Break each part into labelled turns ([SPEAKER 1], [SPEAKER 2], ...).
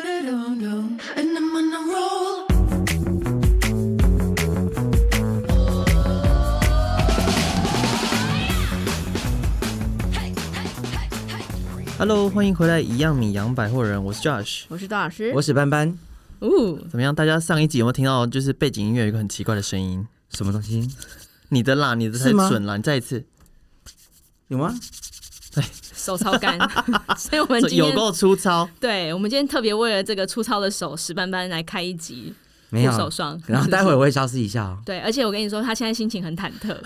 [SPEAKER 1] And I'm on a roll.
[SPEAKER 2] Hello，欢迎回来，一样米阳百货人，我是 Josh，
[SPEAKER 3] 我是段老师
[SPEAKER 4] 我。是班班，
[SPEAKER 3] 哦，
[SPEAKER 2] 怎么样？大家上一集有没有听到？就是背景音乐有一个很奇怪的声音，
[SPEAKER 4] 什么东西？
[SPEAKER 2] 你的啦，你的才
[SPEAKER 4] 是吗
[SPEAKER 2] 准啦，你再一次，
[SPEAKER 4] 有吗？
[SPEAKER 3] 手超 干，所以我们
[SPEAKER 2] 这
[SPEAKER 3] 今
[SPEAKER 2] 有
[SPEAKER 3] 天
[SPEAKER 2] 够粗糙。
[SPEAKER 3] 对，我们今天特别为了这个粗糙的手石斑斑来开一集
[SPEAKER 4] 没有
[SPEAKER 3] 护手霜。
[SPEAKER 4] 然后待会我会消失一下哦
[SPEAKER 3] 对，而且我跟你说，他现在心情很忐忑，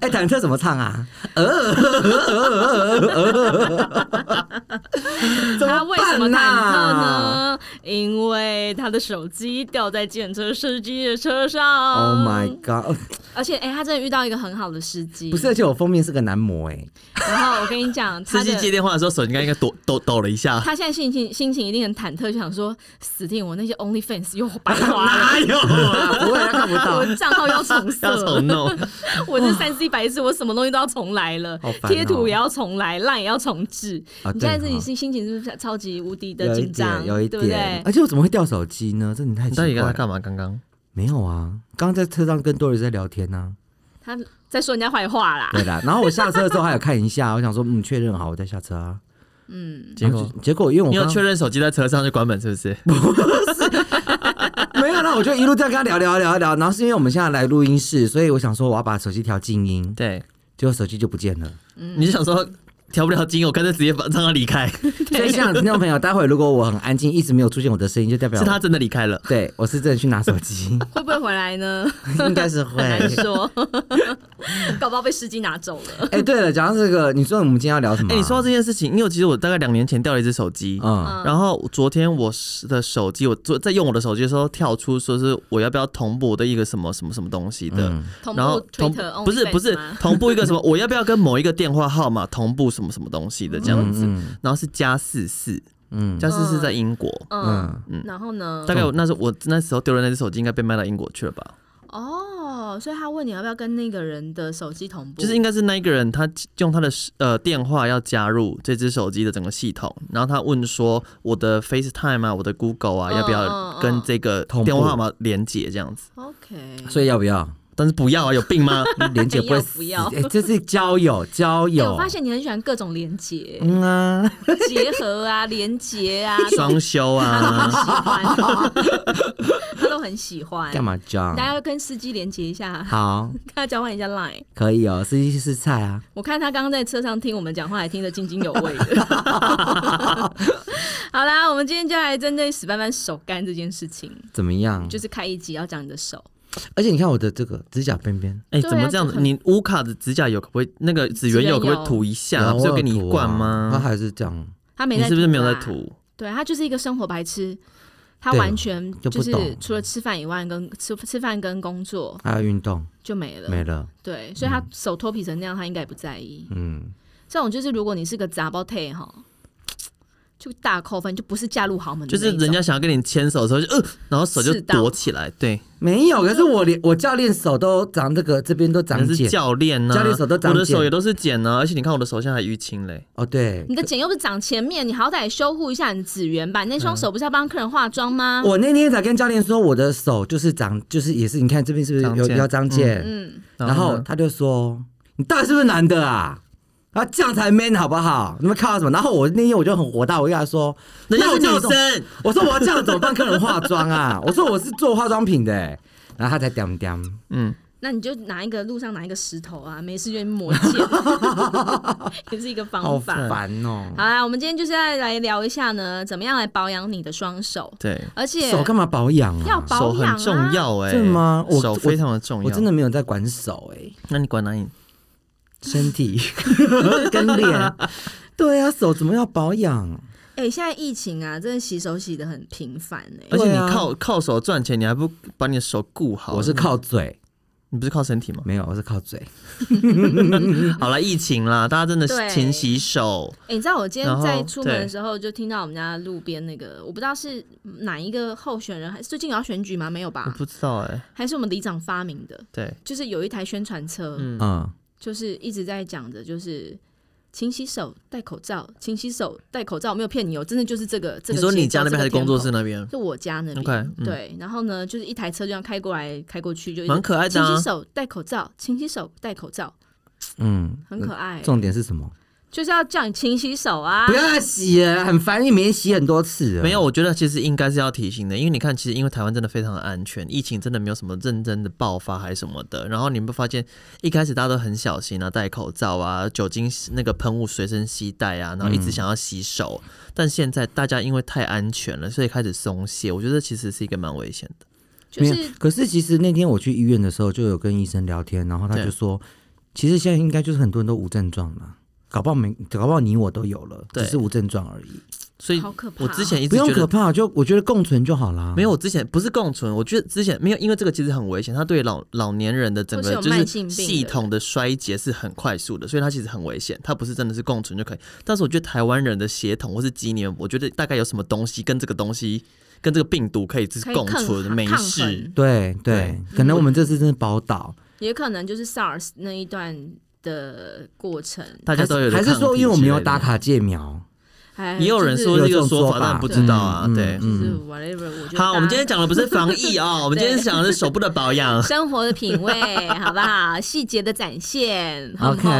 [SPEAKER 4] 哎，忐忑怎么唱啊？
[SPEAKER 3] 他为什么忐
[SPEAKER 4] 怎么办
[SPEAKER 3] 忑呢
[SPEAKER 4] 啊？
[SPEAKER 3] 因为他的手机掉在检测司机的车上。
[SPEAKER 4] Oh my god！
[SPEAKER 3] 而且，哎、他真的遇到一个很好的司机。
[SPEAKER 4] 不是，而，且我封面是个男模哎，
[SPEAKER 3] 然后我跟你讲，他
[SPEAKER 2] 司
[SPEAKER 3] 的
[SPEAKER 2] 机接电话的时候，手应该应该抖抖抖了一下。
[SPEAKER 3] 他现在心情心情一定很忐忑，就想说死定我那些 OnlyFans 又白花了，
[SPEAKER 4] 哪有啊？不会，他看不到
[SPEAKER 3] 我。账号要重设，
[SPEAKER 2] 要重弄，
[SPEAKER 3] 我这三 C 白痴，我什么东西都要重来了
[SPEAKER 4] 好，烦哦
[SPEAKER 3] 贴、图也要重来，烂也要重置。
[SPEAKER 4] 啊
[SPEAKER 3] 你
[SPEAKER 4] 对
[SPEAKER 3] 现在自己
[SPEAKER 4] 哦
[SPEAKER 3] 心心情是不是超级无敌的
[SPEAKER 4] 有一
[SPEAKER 3] 紧张，
[SPEAKER 4] 点，有一
[SPEAKER 3] 对不
[SPEAKER 4] 点哎
[SPEAKER 3] 对，
[SPEAKER 4] 而？且我怎么会掉手机呢？真的太
[SPEAKER 2] 你
[SPEAKER 4] 奇
[SPEAKER 2] 到底
[SPEAKER 4] 怪
[SPEAKER 2] 跟他干
[SPEAKER 4] 了。
[SPEAKER 2] 嘛？刚刚
[SPEAKER 4] 没有啊，刚刚在车上跟多人在聊 天呢。
[SPEAKER 3] 他在说人家坏话啦。
[SPEAKER 4] 对啦，然后我下车的时候还有看一下，我想说，嗯，确认好，我再下车啊。
[SPEAKER 3] 嗯
[SPEAKER 2] 结
[SPEAKER 4] 然后
[SPEAKER 2] 果
[SPEAKER 4] 就结果因为我
[SPEAKER 2] 你有
[SPEAKER 4] 刚
[SPEAKER 2] 确认手机在车上就关门是不是？
[SPEAKER 4] 没有，那我就一路这样跟他聊聊聊聊，然后是因为我们现在来录音室，所以我想说我要把手机调静音，
[SPEAKER 2] 对，
[SPEAKER 4] 结果手机就不见了。
[SPEAKER 2] 你就想说调不了筋，我干脆直接把让他离开，是
[SPEAKER 4] 所以现场听众朋友，待会如果我很安静，一直没有出现我的声音，就代表
[SPEAKER 2] 他真的离开了。
[SPEAKER 4] 对我是真的去拿手机，
[SPEAKER 3] 会不会回来 呢？
[SPEAKER 4] 应该是
[SPEAKER 3] 很难
[SPEAKER 4] 会。
[SPEAKER 3] 说， 搞不好被司机拿走了。
[SPEAKER 4] 哎、对了，讲到这个，你说我们今天要聊什么、啊
[SPEAKER 2] 哎、你说到这件事情，因为其实我大概两年前掉了一只手机，
[SPEAKER 4] 嗯，
[SPEAKER 2] 然后昨天我是的手机，我做在用我的手机的时候，跳出说是我要不要同步我的一个什么什么什么东西的，
[SPEAKER 4] 嗯
[SPEAKER 3] 同步
[SPEAKER 2] 然后同
[SPEAKER 3] Twitter
[SPEAKER 2] 不是
[SPEAKER 3] OnlyFans
[SPEAKER 2] 不是
[SPEAKER 3] 吗
[SPEAKER 2] 同步一个什么， 我要不要跟某一个电话号码同步什么什么东西的这样子，
[SPEAKER 4] 嗯
[SPEAKER 2] 然后是加四四，
[SPEAKER 4] 嗯
[SPEAKER 2] 加四四在英国，
[SPEAKER 3] 嗯，
[SPEAKER 4] 嗯，
[SPEAKER 3] 然后呢
[SPEAKER 2] 大？概我那时候我那时候丢了那只手机，应该被卖到英国去了吧？
[SPEAKER 3] 哦，所以他问你要不要跟那个人的手机同步，
[SPEAKER 2] 就是应该是那一个人，他用他的呃电话要加入这只手机的整个系统，然后他问说我的 FaceTime 啊，我的 Google 啊，
[SPEAKER 3] 嗯
[SPEAKER 2] 要不要跟这个
[SPEAKER 4] 同步
[SPEAKER 2] 电话号码连接这样子？
[SPEAKER 3] OK。
[SPEAKER 4] 嗯所以要不要
[SPEAKER 2] 但是不要啊，有病 吗？
[SPEAKER 4] 莲姐不会
[SPEAKER 3] 要
[SPEAKER 4] 死
[SPEAKER 3] 不要
[SPEAKER 4] 哎、这是交友，交
[SPEAKER 3] 哎
[SPEAKER 4] 友。
[SPEAKER 3] 我发现你很喜欢各种连接、
[SPEAKER 4] 嗯啊，
[SPEAKER 3] 结合啊、连结 啊，
[SPEAKER 2] 双休
[SPEAKER 3] 他
[SPEAKER 2] 啊
[SPEAKER 3] 都，很喜欢，他都很喜欢。
[SPEAKER 4] 干？嘛这样
[SPEAKER 3] 大？家要跟司机连接一下，
[SPEAKER 4] 好，
[SPEAKER 3] 跟他交换一下 Line。
[SPEAKER 4] 可以哦，司机是菜啊。
[SPEAKER 3] 我看他刚刚在车上听我们讲话，还听得津津有味 的。好啦，我们今天就来针对史斑斑手干这件事情，
[SPEAKER 4] 怎么样？
[SPEAKER 3] 就是开一集要讲你的手。
[SPEAKER 4] 而且你看我的这个指甲边边，
[SPEAKER 2] 哎、
[SPEAKER 3] 对啊
[SPEAKER 2] 怎么这样子？
[SPEAKER 3] 就很
[SPEAKER 2] 你乌卡的指甲油可不可以？那个指缘油可不可以涂一下？不
[SPEAKER 4] 我
[SPEAKER 2] 是
[SPEAKER 4] 有
[SPEAKER 2] 给你
[SPEAKER 4] 涂
[SPEAKER 2] 一
[SPEAKER 4] 啊
[SPEAKER 2] 罐
[SPEAKER 4] 它
[SPEAKER 2] 吗？
[SPEAKER 4] 还是这样，
[SPEAKER 3] 他没
[SPEAKER 2] 你
[SPEAKER 3] 在、
[SPEAKER 2] 是不是没有在？涂？
[SPEAKER 3] 对他就是一个生活白痴，他
[SPEAKER 4] 对
[SPEAKER 3] 完全就
[SPEAKER 4] 就不
[SPEAKER 3] 是
[SPEAKER 4] 懂
[SPEAKER 3] 除了吃饭以外，跟吃吃饭跟工作
[SPEAKER 4] 还有运动
[SPEAKER 3] 就没了。
[SPEAKER 4] 没了。
[SPEAKER 3] 对，所以他手脱皮成那样，他应该也不在意。
[SPEAKER 4] 嗯，
[SPEAKER 3] 这种就是如果你是个杂包 t 哈，就大扣分，就不是嫁入豪门的
[SPEAKER 2] 就
[SPEAKER 3] 那一
[SPEAKER 2] 是
[SPEAKER 3] 种，
[SPEAKER 2] 人家想要跟你牵手的时候就，呃，然后手就
[SPEAKER 3] 试到
[SPEAKER 2] 躲起来，对，
[SPEAKER 4] 没有。可是我连我教练手都长这个，这边都
[SPEAKER 2] 可
[SPEAKER 4] 长
[SPEAKER 2] 能是
[SPEAKER 4] 茧。
[SPEAKER 2] 教练呢、啊
[SPEAKER 4] 教练手都长
[SPEAKER 2] 我的手
[SPEAKER 4] 茧
[SPEAKER 2] 也都是茧呢、而且你看我的手现在还淤青嘞。
[SPEAKER 4] 哦，对
[SPEAKER 3] 你，的茧又不是长前面，你好歹修护一下你的指缘吧。你那双手不是要帮客人化妆吗？
[SPEAKER 4] 嗯我那天才跟教练说，我的手就是长，就是也是，你看这边是不是
[SPEAKER 2] 长
[SPEAKER 4] 有
[SPEAKER 2] 茧
[SPEAKER 4] 有长茧？
[SPEAKER 3] 嗯，
[SPEAKER 4] 然后
[SPEAKER 2] 呢
[SPEAKER 4] 他就说：“你到底是不是男的啊？”啊，这样才 man 好不好？你们看到什么？然后我那天我就很火大，我就跟他说：“
[SPEAKER 2] 人家是
[SPEAKER 4] 那我这
[SPEAKER 2] 女
[SPEAKER 4] 样怎么
[SPEAKER 2] 生，
[SPEAKER 4] 我说我要这样怎么帮客人化妆 啊？我说我是做化妆品的、欸。”然后他才点点，
[SPEAKER 2] 嗯，
[SPEAKER 3] 那你就拿一个路上拿一个石头啊，没事就磨 剑，也是一个
[SPEAKER 4] 好
[SPEAKER 3] 方法。
[SPEAKER 4] 烦哦、
[SPEAKER 3] 好啦，我们今天就是要来聊一下呢，怎么样来保养你的双手，
[SPEAKER 2] 对，
[SPEAKER 3] 而且
[SPEAKER 4] 手干嘛保养
[SPEAKER 3] 要
[SPEAKER 4] 啊？
[SPEAKER 2] 手
[SPEAKER 3] 保养
[SPEAKER 2] 很
[SPEAKER 3] 啊，
[SPEAKER 2] 重要哎、
[SPEAKER 4] 真的吗我
[SPEAKER 2] 手非常的重要。
[SPEAKER 4] 我真的，没有在管手哎、
[SPEAKER 2] 那你管哪里？
[SPEAKER 4] 身体跟脸。对啊，手怎么要保养？
[SPEAKER 3] 哎、现在疫情啊，真的洗手洗的很频繁哎、
[SPEAKER 2] 而且你
[SPEAKER 4] 对啊
[SPEAKER 2] 靠靠手赚钱，你还不把你的手顾好？
[SPEAKER 4] 我是靠嘴，
[SPEAKER 2] 你不是靠身体吗？
[SPEAKER 4] 没有，我是靠嘴。
[SPEAKER 2] 好了，疫情啦，大家真的
[SPEAKER 3] 对
[SPEAKER 2] 勤洗手。
[SPEAKER 3] 欸你知道我今天
[SPEAKER 2] 然
[SPEAKER 3] 在
[SPEAKER 2] 后
[SPEAKER 3] 出门的
[SPEAKER 2] 对
[SPEAKER 3] 时候就听到我们家路边那个，我不知道是哪一个候选人，还最近有要选举吗？没有
[SPEAKER 2] 我
[SPEAKER 3] 吧？
[SPEAKER 2] 不知道
[SPEAKER 4] 欸
[SPEAKER 2] 哎、
[SPEAKER 3] 还是我们里长发明的，
[SPEAKER 2] 对，
[SPEAKER 3] 就是有一台宣传车，
[SPEAKER 2] 嗯
[SPEAKER 4] 嗯，
[SPEAKER 3] 就是一直在讲着，就是勤洗手，戴口罩，勤洗手，戴口罩，没有骗你哦，真的就是这个。这
[SPEAKER 2] 你
[SPEAKER 3] 个
[SPEAKER 2] 说你
[SPEAKER 3] 节奏
[SPEAKER 2] 家那边还是工作室？
[SPEAKER 3] 这个 tempo
[SPEAKER 2] 那边？
[SPEAKER 3] 就我家那边
[SPEAKER 2] OK，嗯
[SPEAKER 3] 对，然后呢，就是一台车这样开过来，开过去，就一直
[SPEAKER 2] 蛮可爱的啊
[SPEAKER 3] 勤洗手，戴口罩，勤洗手，戴口罩，
[SPEAKER 4] 嗯，
[SPEAKER 3] 很可爱。
[SPEAKER 4] 重点是什么？
[SPEAKER 3] 就是要叫你勤洗手啊
[SPEAKER 4] 不！要再洗了，很烦，一免洗很多次了。
[SPEAKER 2] 没有，我觉得其实应该是要提醒的，因为你看，其实因为台湾真的非常的安全，疫情真的没有什么认真的爆发还是什么的。然后你们发现一开始大家都很小心啊，戴口罩啊，酒精那个喷雾随身携带啊，然后一直想要洗手。
[SPEAKER 4] 嗯
[SPEAKER 2] 但现在大家因为太安全了，所以开始松懈。我觉得其实是一个蛮危险的。
[SPEAKER 3] 就
[SPEAKER 4] 没有
[SPEAKER 3] 是，
[SPEAKER 4] 可是其实那天我去医院的时候，就有跟医生聊天，然后他
[SPEAKER 2] 对
[SPEAKER 4] 就说，其实现在应该就是很多人都无症状了，搞不好没，搞不好你我都有了，
[SPEAKER 2] 对
[SPEAKER 4] 只是无症状而已，
[SPEAKER 2] 所以
[SPEAKER 3] 好可怕啊
[SPEAKER 2] 我之前一
[SPEAKER 4] 不
[SPEAKER 2] 直
[SPEAKER 4] 用
[SPEAKER 2] 觉
[SPEAKER 4] 可
[SPEAKER 2] 得。
[SPEAKER 4] 怕，就我觉得共存就好啦。
[SPEAKER 2] 没有，，我之前不是共存，我觉得之前没有，因为这个其实很危险，它对老老年人的整
[SPEAKER 3] 或是
[SPEAKER 2] 个
[SPEAKER 3] 有
[SPEAKER 2] 就
[SPEAKER 3] 慢
[SPEAKER 2] 是
[SPEAKER 3] 性病的
[SPEAKER 2] 系统的衰竭是很快速的，所以它其实很危险，它不是真的是共存就可以。但是我觉得台湾人的血统或是基因，我觉得大概有什么东西跟这个东西跟这个病毒可以是
[SPEAKER 3] 可以
[SPEAKER 2] 共
[SPEAKER 3] 抗
[SPEAKER 2] 存，没
[SPEAKER 3] 抗
[SPEAKER 2] 事
[SPEAKER 3] 衡。
[SPEAKER 4] 对对
[SPEAKER 2] 对，
[SPEAKER 4] 可能我们这次真的宝岛，
[SPEAKER 3] 也可能就是 SARS 那一段的过程。
[SPEAKER 2] 大家都有
[SPEAKER 4] 还是还是说因为我们有打，卡戒苗，
[SPEAKER 3] 哎
[SPEAKER 2] 也有人说
[SPEAKER 4] 有
[SPEAKER 2] 这
[SPEAKER 4] 这
[SPEAKER 2] 个
[SPEAKER 4] 种
[SPEAKER 2] 说
[SPEAKER 4] 说
[SPEAKER 2] 法，
[SPEAKER 4] 法
[SPEAKER 2] 但不知道啊。
[SPEAKER 4] 嗯
[SPEAKER 2] 对，
[SPEAKER 3] 就是 whatever，我觉得
[SPEAKER 2] 好，我们今天
[SPEAKER 3] 大
[SPEAKER 2] 讲的不是防疫哦，我们今天
[SPEAKER 3] 对
[SPEAKER 2] 讲的是手部的保养
[SPEAKER 3] 家。生活的品味，好不好？细节的展 现
[SPEAKER 4] OK
[SPEAKER 3] 好不好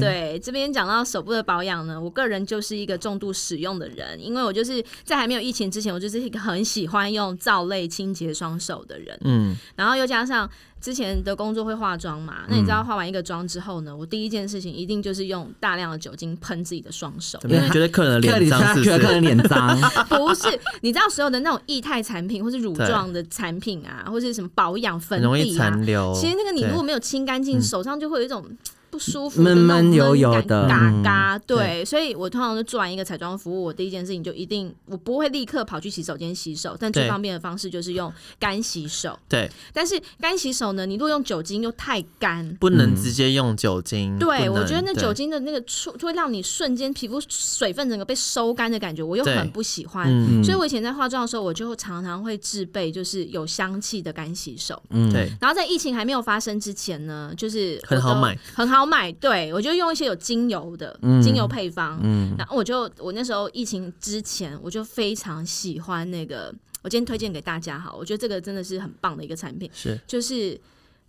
[SPEAKER 3] 对，这边讲到手部的保养呢，我个人就是一个重度使用的人，因为我就是在还没有疫情之前，我就是一个很喜欢用皂类清洁双手的人。
[SPEAKER 2] 嗯，
[SPEAKER 3] 然后又加上之前的工作会化妆嘛，那你
[SPEAKER 2] 嗯
[SPEAKER 3] 知道化完一个妆之后呢，我第一件事情一定就是用大量的酒精喷自己的双手。
[SPEAKER 2] 怎么样？你觉得客人的
[SPEAKER 4] 克
[SPEAKER 2] 脸
[SPEAKER 4] 里斯
[SPEAKER 2] 脏
[SPEAKER 4] 他
[SPEAKER 2] 是不
[SPEAKER 4] 觉得客
[SPEAKER 2] 是？
[SPEAKER 4] 人脸脏，
[SPEAKER 3] 不是，你知道所有的那种液态产品或是乳状的产品啊，或是什么保养粉
[SPEAKER 2] 很容易
[SPEAKER 3] 底啊
[SPEAKER 2] 残，留。
[SPEAKER 3] 其实那个你
[SPEAKER 2] 对嗯
[SPEAKER 3] 如果没有清干净，手上就会有一种。不舒服的
[SPEAKER 4] 闷
[SPEAKER 3] 那种
[SPEAKER 4] 闷油
[SPEAKER 3] 闷
[SPEAKER 4] 油
[SPEAKER 3] 感
[SPEAKER 4] 的
[SPEAKER 3] 嘎
[SPEAKER 4] 嗯
[SPEAKER 3] 嘎，对，所以我通常就做完一个彩妆服务，我第一件事情就一定，我不会立刻跑去洗手间洗手，但最
[SPEAKER 2] 对
[SPEAKER 3] 方便的方式就是用干洗手。
[SPEAKER 2] 对，
[SPEAKER 3] 但是干洗手呢，你如果用酒精又太干。
[SPEAKER 2] 不
[SPEAKER 4] 嗯
[SPEAKER 2] 能直接用酒精。嗯
[SPEAKER 3] 对，
[SPEAKER 2] 不
[SPEAKER 3] 我
[SPEAKER 2] 能
[SPEAKER 3] 觉得那
[SPEAKER 2] 对
[SPEAKER 3] 酒精的那个触，会让你瞬间皮肤水分整个被收干的感觉，我又
[SPEAKER 2] 对
[SPEAKER 3] 很不喜欢。
[SPEAKER 2] 嗯，
[SPEAKER 3] 所以我以前在化妆的时候，我就常常会自备就是有香气的干洗手。
[SPEAKER 4] 嗯，
[SPEAKER 2] 对，
[SPEAKER 3] 然后在疫情还没有发生之前呢，就是
[SPEAKER 2] 很好
[SPEAKER 3] 我都
[SPEAKER 2] 买，
[SPEAKER 3] 很好买。对我就用一些有精油的、
[SPEAKER 4] 嗯
[SPEAKER 3] 精油配方。
[SPEAKER 4] 嗯
[SPEAKER 3] 然后我就我那时候疫情之前，我就非常喜欢那个，我今天推荐给大家哈，我觉得这个真的是很棒的一个产品。
[SPEAKER 2] 是
[SPEAKER 3] 就是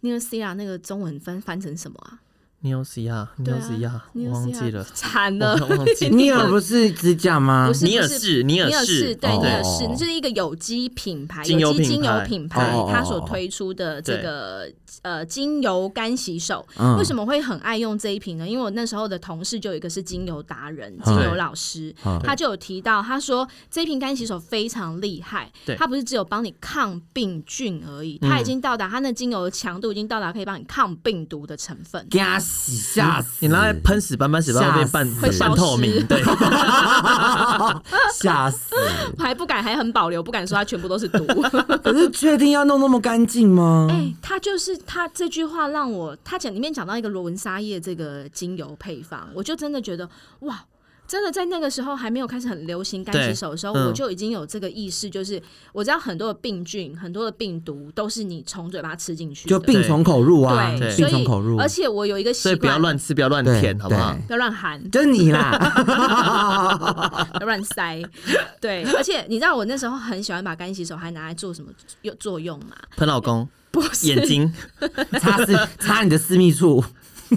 [SPEAKER 3] n e o c i a 那个中文翻翻成什么啊？
[SPEAKER 2] n e o c i a n e
[SPEAKER 3] 对
[SPEAKER 2] o
[SPEAKER 3] 啊
[SPEAKER 2] c i a 我
[SPEAKER 3] Neocea
[SPEAKER 2] 忘记了，
[SPEAKER 3] 惨
[SPEAKER 2] 我
[SPEAKER 3] 了，
[SPEAKER 2] 忘记了。
[SPEAKER 4] 尼尔不是指甲吗
[SPEAKER 3] 不？是
[SPEAKER 2] 哦尼尔士，尼
[SPEAKER 3] 尼
[SPEAKER 2] 尔士，
[SPEAKER 3] 尔士对
[SPEAKER 4] 哦
[SPEAKER 3] 尼尔士，那就是一个有机品牌，
[SPEAKER 2] 精油
[SPEAKER 3] 有机
[SPEAKER 2] 品
[SPEAKER 3] 精
[SPEAKER 2] 牌
[SPEAKER 3] 油品牌
[SPEAKER 4] 哦哦哦哦，
[SPEAKER 3] 它所推出的这个呃精油干洗手。
[SPEAKER 4] 嗯
[SPEAKER 3] 为什么会很爱用这一瓶呢？因为我那时候的同事就有一个是精油达人、
[SPEAKER 4] 嗯
[SPEAKER 3] 精油老师，
[SPEAKER 4] 嗯
[SPEAKER 3] 他就有提到，他说这一瓶干洗手非常厉害
[SPEAKER 2] 对，
[SPEAKER 3] 它不是只有帮你抗病菌而已，
[SPEAKER 2] 嗯
[SPEAKER 3] 它已经到达它那精油的强度已经到达可以帮你抗病毒的成分。
[SPEAKER 4] 给洗吓死，
[SPEAKER 2] 你拿来喷屎斑斑屎斑会变
[SPEAKER 4] 吓
[SPEAKER 2] 半
[SPEAKER 4] 死
[SPEAKER 2] 会半透明， 对，
[SPEAKER 4] 吓死！
[SPEAKER 3] 我还不敢，还很保留，不敢说它全部都是毒。
[SPEAKER 4] 可是确定要弄那么干净吗？
[SPEAKER 3] 哎、他就是他这句话让我，他讲里面讲到一个罗纹沙叶这个精油配方，我就真的觉得哇。真的在那个时候还没有开始很流行干洗
[SPEAKER 2] 对
[SPEAKER 3] 手的时候，
[SPEAKER 2] 嗯
[SPEAKER 3] 我就已经有这个意识，就是我知道很多的病菌、很多的病毒都是你从嘴巴吃进去的，
[SPEAKER 4] 就病从口入啊，
[SPEAKER 3] 对，
[SPEAKER 2] 对
[SPEAKER 3] 所
[SPEAKER 4] 病从口入
[SPEAKER 3] 以，而且我有一个习
[SPEAKER 2] 所以
[SPEAKER 3] 惯，
[SPEAKER 2] 不要乱吃，不要乱
[SPEAKER 4] 对
[SPEAKER 2] 舔，好不好？
[SPEAKER 4] 对
[SPEAKER 3] 不要 乱喊，
[SPEAKER 4] 就是你啦，
[SPEAKER 3] 不要乱塞，对。而且你知道我那时候很喜欢把干洗手还拿来做什么用作用吗？
[SPEAKER 2] 喷老公
[SPEAKER 3] 不是
[SPEAKER 2] 眼 睛，
[SPEAKER 4] 擦私擦你的私密处，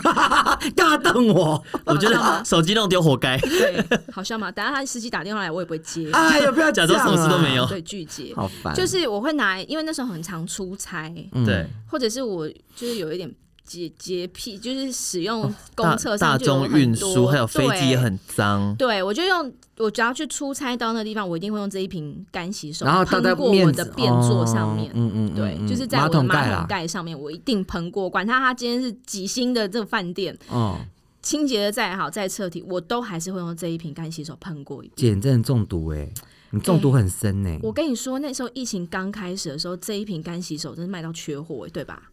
[SPEAKER 4] 干嘛瞪我？
[SPEAKER 2] 我觉得手机弄丢活该，
[SPEAKER 3] 对，好笑吗？等下他司机打电话来，我也不会接，
[SPEAKER 4] 哎呀，不要
[SPEAKER 2] 假装什么事都没
[SPEAKER 4] 有，
[SPEAKER 2] 有。
[SPEAKER 3] 对，拒接。
[SPEAKER 4] 好烦。
[SPEAKER 3] 就是我会拿来，因为那时候很常出差，
[SPEAKER 4] 嗯
[SPEAKER 2] 对，
[SPEAKER 3] 或者是我就是有一点洁洁癖，就是使用
[SPEAKER 2] 大
[SPEAKER 3] 公厕
[SPEAKER 2] 大
[SPEAKER 3] 上就有
[SPEAKER 2] 众
[SPEAKER 3] 很
[SPEAKER 2] 运
[SPEAKER 3] 多
[SPEAKER 2] 输还有飞机也。
[SPEAKER 3] 对
[SPEAKER 2] 很脏，
[SPEAKER 3] 对，我就用我只要去出差到那地方，我一定会用这一瓶干洗手，
[SPEAKER 4] 然后倒
[SPEAKER 3] 喷
[SPEAKER 4] 在
[SPEAKER 3] 过
[SPEAKER 4] 面
[SPEAKER 3] 我
[SPEAKER 4] 子
[SPEAKER 3] 的便座上面
[SPEAKER 4] 哦。嗯嗯嗯，
[SPEAKER 3] 对，
[SPEAKER 4] 嗯
[SPEAKER 3] 就是在
[SPEAKER 4] 马
[SPEAKER 3] 我的
[SPEAKER 4] 桶
[SPEAKER 3] 马
[SPEAKER 4] 盖
[SPEAKER 3] 桶
[SPEAKER 4] 啦，
[SPEAKER 3] 盖上面，我一定喷过，管他他今天是几星的这个饭店，
[SPEAKER 4] 哦，
[SPEAKER 3] 清洁的再好再彻底，我都还是会用这一瓶干洗手喷过一遍
[SPEAKER 4] 碱真的中毒哎，你中毒很深哎，
[SPEAKER 3] 我跟你说，那时候疫情刚开始的时候，这一瓶干洗手真是卖到缺货、对吧？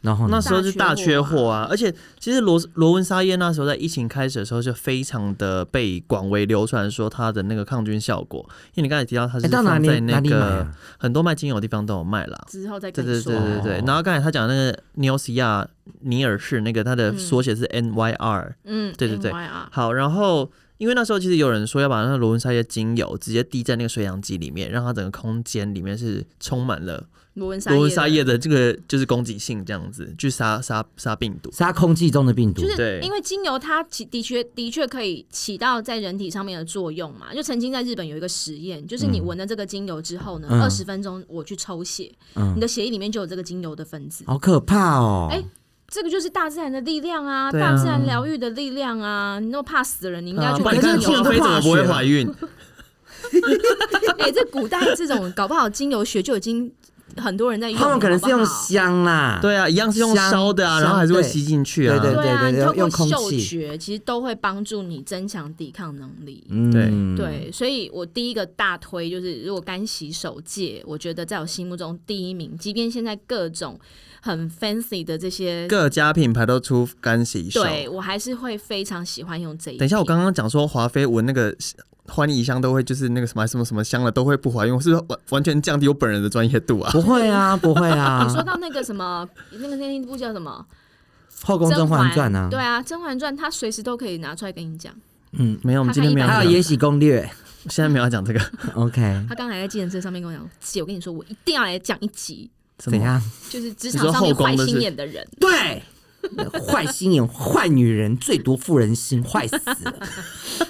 [SPEAKER 4] 然后呢
[SPEAKER 2] 哦那时候是大缺货啊，而且其实罗罗文沙叶那时候在疫情开始的时候就非常的被广为流传，说它的那个抗菌效果。因为你刚才提到它是
[SPEAKER 4] 哎到哪
[SPEAKER 2] 放
[SPEAKER 4] 里
[SPEAKER 2] 在
[SPEAKER 4] 哪
[SPEAKER 2] 那
[SPEAKER 4] 里买
[SPEAKER 2] 个
[SPEAKER 4] 啊
[SPEAKER 2] 很多卖精油的地方都有卖啦。
[SPEAKER 3] 之后再
[SPEAKER 2] 对
[SPEAKER 3] 跟你
[SPEAKER 2] 对
[SPEAKER 3] 说。
[SPEAKER 2] 对对对，然后刚才他讲那个 n e o s i a 尼尔氏那个，它的缩写是 NYR、
[SPEAKER 3] 嗯，
[SPEAKER 2] 对对对
[SPEAKER 3] NYR
[SPEAKER 2] 好，然后因为那时候其实有人说要把那个罗纹沙叶精油直接滴在那个水养机里面，让它整个空间里面是充满了
[SPEAKER 3] 罗纹沙
[SPEAKER 2] 罗纹沙叶
[SPEAKER 3] 叶的。
[SPEAKER 2] 的这个就是攻击性，这样子去杀杀杀病毒。
[SPEAKER 4] 杀空气中的病毒
[SPEAKER 3] 就。
[SPEAKER 2] 对
[SPEAKER 3] 是因为精油它其的确的确可以起到在人体上面的作用嘛，就曾经在日本有一个实验，就是
[SPEAKER 2] 嗯
[SPEAKER 3] 你闻了这个精油之后呢，
[SPEAKER 4] 嗯
[SPEAKER 3] 二十、分钟我去抽血，
[SPEAKER 4] 嗯
[SPEAKER 3] 你的血液里面就有这个精油的分子，
[SPEAKER 2] 嗯
[SPEAKER 4] 好可怕哦！
[SPEAKER 3] 哎这个就是大自然的力量啊，
[SPEAKER 2] 对啊
[SPEAKER 3] 大自然疗愈的力量啊，你那么怕死人，你应该
[SPEAKER 2] 啊
[SPEAKER 3] 去
[SPEAKER 2] 不然
[SPEAKER 3] 闻
[SPEAKER 2] 你
[SPEAKER 4] 可
[SPEAKER 2] 看华
[SPEAKER 3] 精油
[SPEAKER 4] 是这。
[SPEAKER 2] 妃怎么不会
[SPEAKER 4] 化学
[SPEAKER 2] 怀孕？
[SPEAKER 3] 哎、这古代这种搞不好精油学就已经很多人在用了，
[SPEAKER 4] 他们可能是用
[SPEAKER 3] 好不好
[SPEAKER 4] 香啦，
[SPEAKER 2] 对啊，一样是用
[SPEAKER 4] 香
[SPEAKER 2] 烧的啊，然后
[SPEAKER 4] 香
[SPEAKER 2] 还是会
[SPEAKER 4] 对
[SPEAKER 2] 吸进去啊。
[SPEAKER 4] 对
[SPEAKER 3] 对啊，你
[SPEAKER 4] 对
[SPEAKER 3] 透
[SPEAKER 4] 用
[SPEAKER 3] 过
[SPEAKER 4] 空
[SPEAKER 3] 嗅
[SPEAKER 4] 气
[SPEAKER 3] 觉其实都会帮助你增强抵抗能力。
[SPEAKER 2] 对
[SPEAKER 4] 嗯，
[SPEAKER 3] 对，所以我第一个大推就是，如果干洗手戒，我觉得在我心目中第一名。即便现在各种很 fancy 的这些，
[SPEAKER 2] 各家品牌都出干洗手。
[SPEAKER 3] 对我还是会非常喜欢用这一。
[SPEAKER 2] 等一下，我刚刚讲说华妃闻那个呃欢宜香都会，就是那个什么什么什么香了都会不怀孕，我是不是完完全降低我本人的专业 度啊。
[SPEAKER 4] 不 会啊，不会啊
[SPEAKER 3] 你。说到那个什么，那个那一部叫什么
[SPEAKER 4] 后
[SPEAKER 3] 《
[SPEAKER 4] 宫甄嬛传》啊，
[SPEAKER 3] 对啊，《甄嬛传》它随时都可以拿出来跟你讲。
[SPEAKER 4] 嗯，
[SPEAKER 2] 没有，我们今天没有
[SPEAKER 3] 他
[SPEAKER 2] 要
[SPEAKER 4] 还有
[SPEAKER 2] 讲，
[SPEAKER 4] 《延禧攻略
[SPEAKER 2] 现在没有要讲这个。》
[SPEAKER 4] ，OK，
[SPEAKER 3] 他刚才在计程车上面跟我讲，姐，我跟你说，我一定要来讲一集，
[SPEAKER 2] 怎
[SPEAKER 4] 怎样？
[SPEAKER 3] 就是职
[SPEAKER 2] 你
[SPEAKER 3] 场
[SPEAKER 2] 说
[SPEAKER 3] 上面
[SPEAKER 2] 后宫
[SPEAKER 3] 坏
[SPEAKER 2] 的
[SPEAKER 3] 心
[SPEAKER 2] 是
[SPEAKER 3] 眼的人。
[SPEAKER 4] 对，坏心眼、坏女人最毒妇人心，坏死了，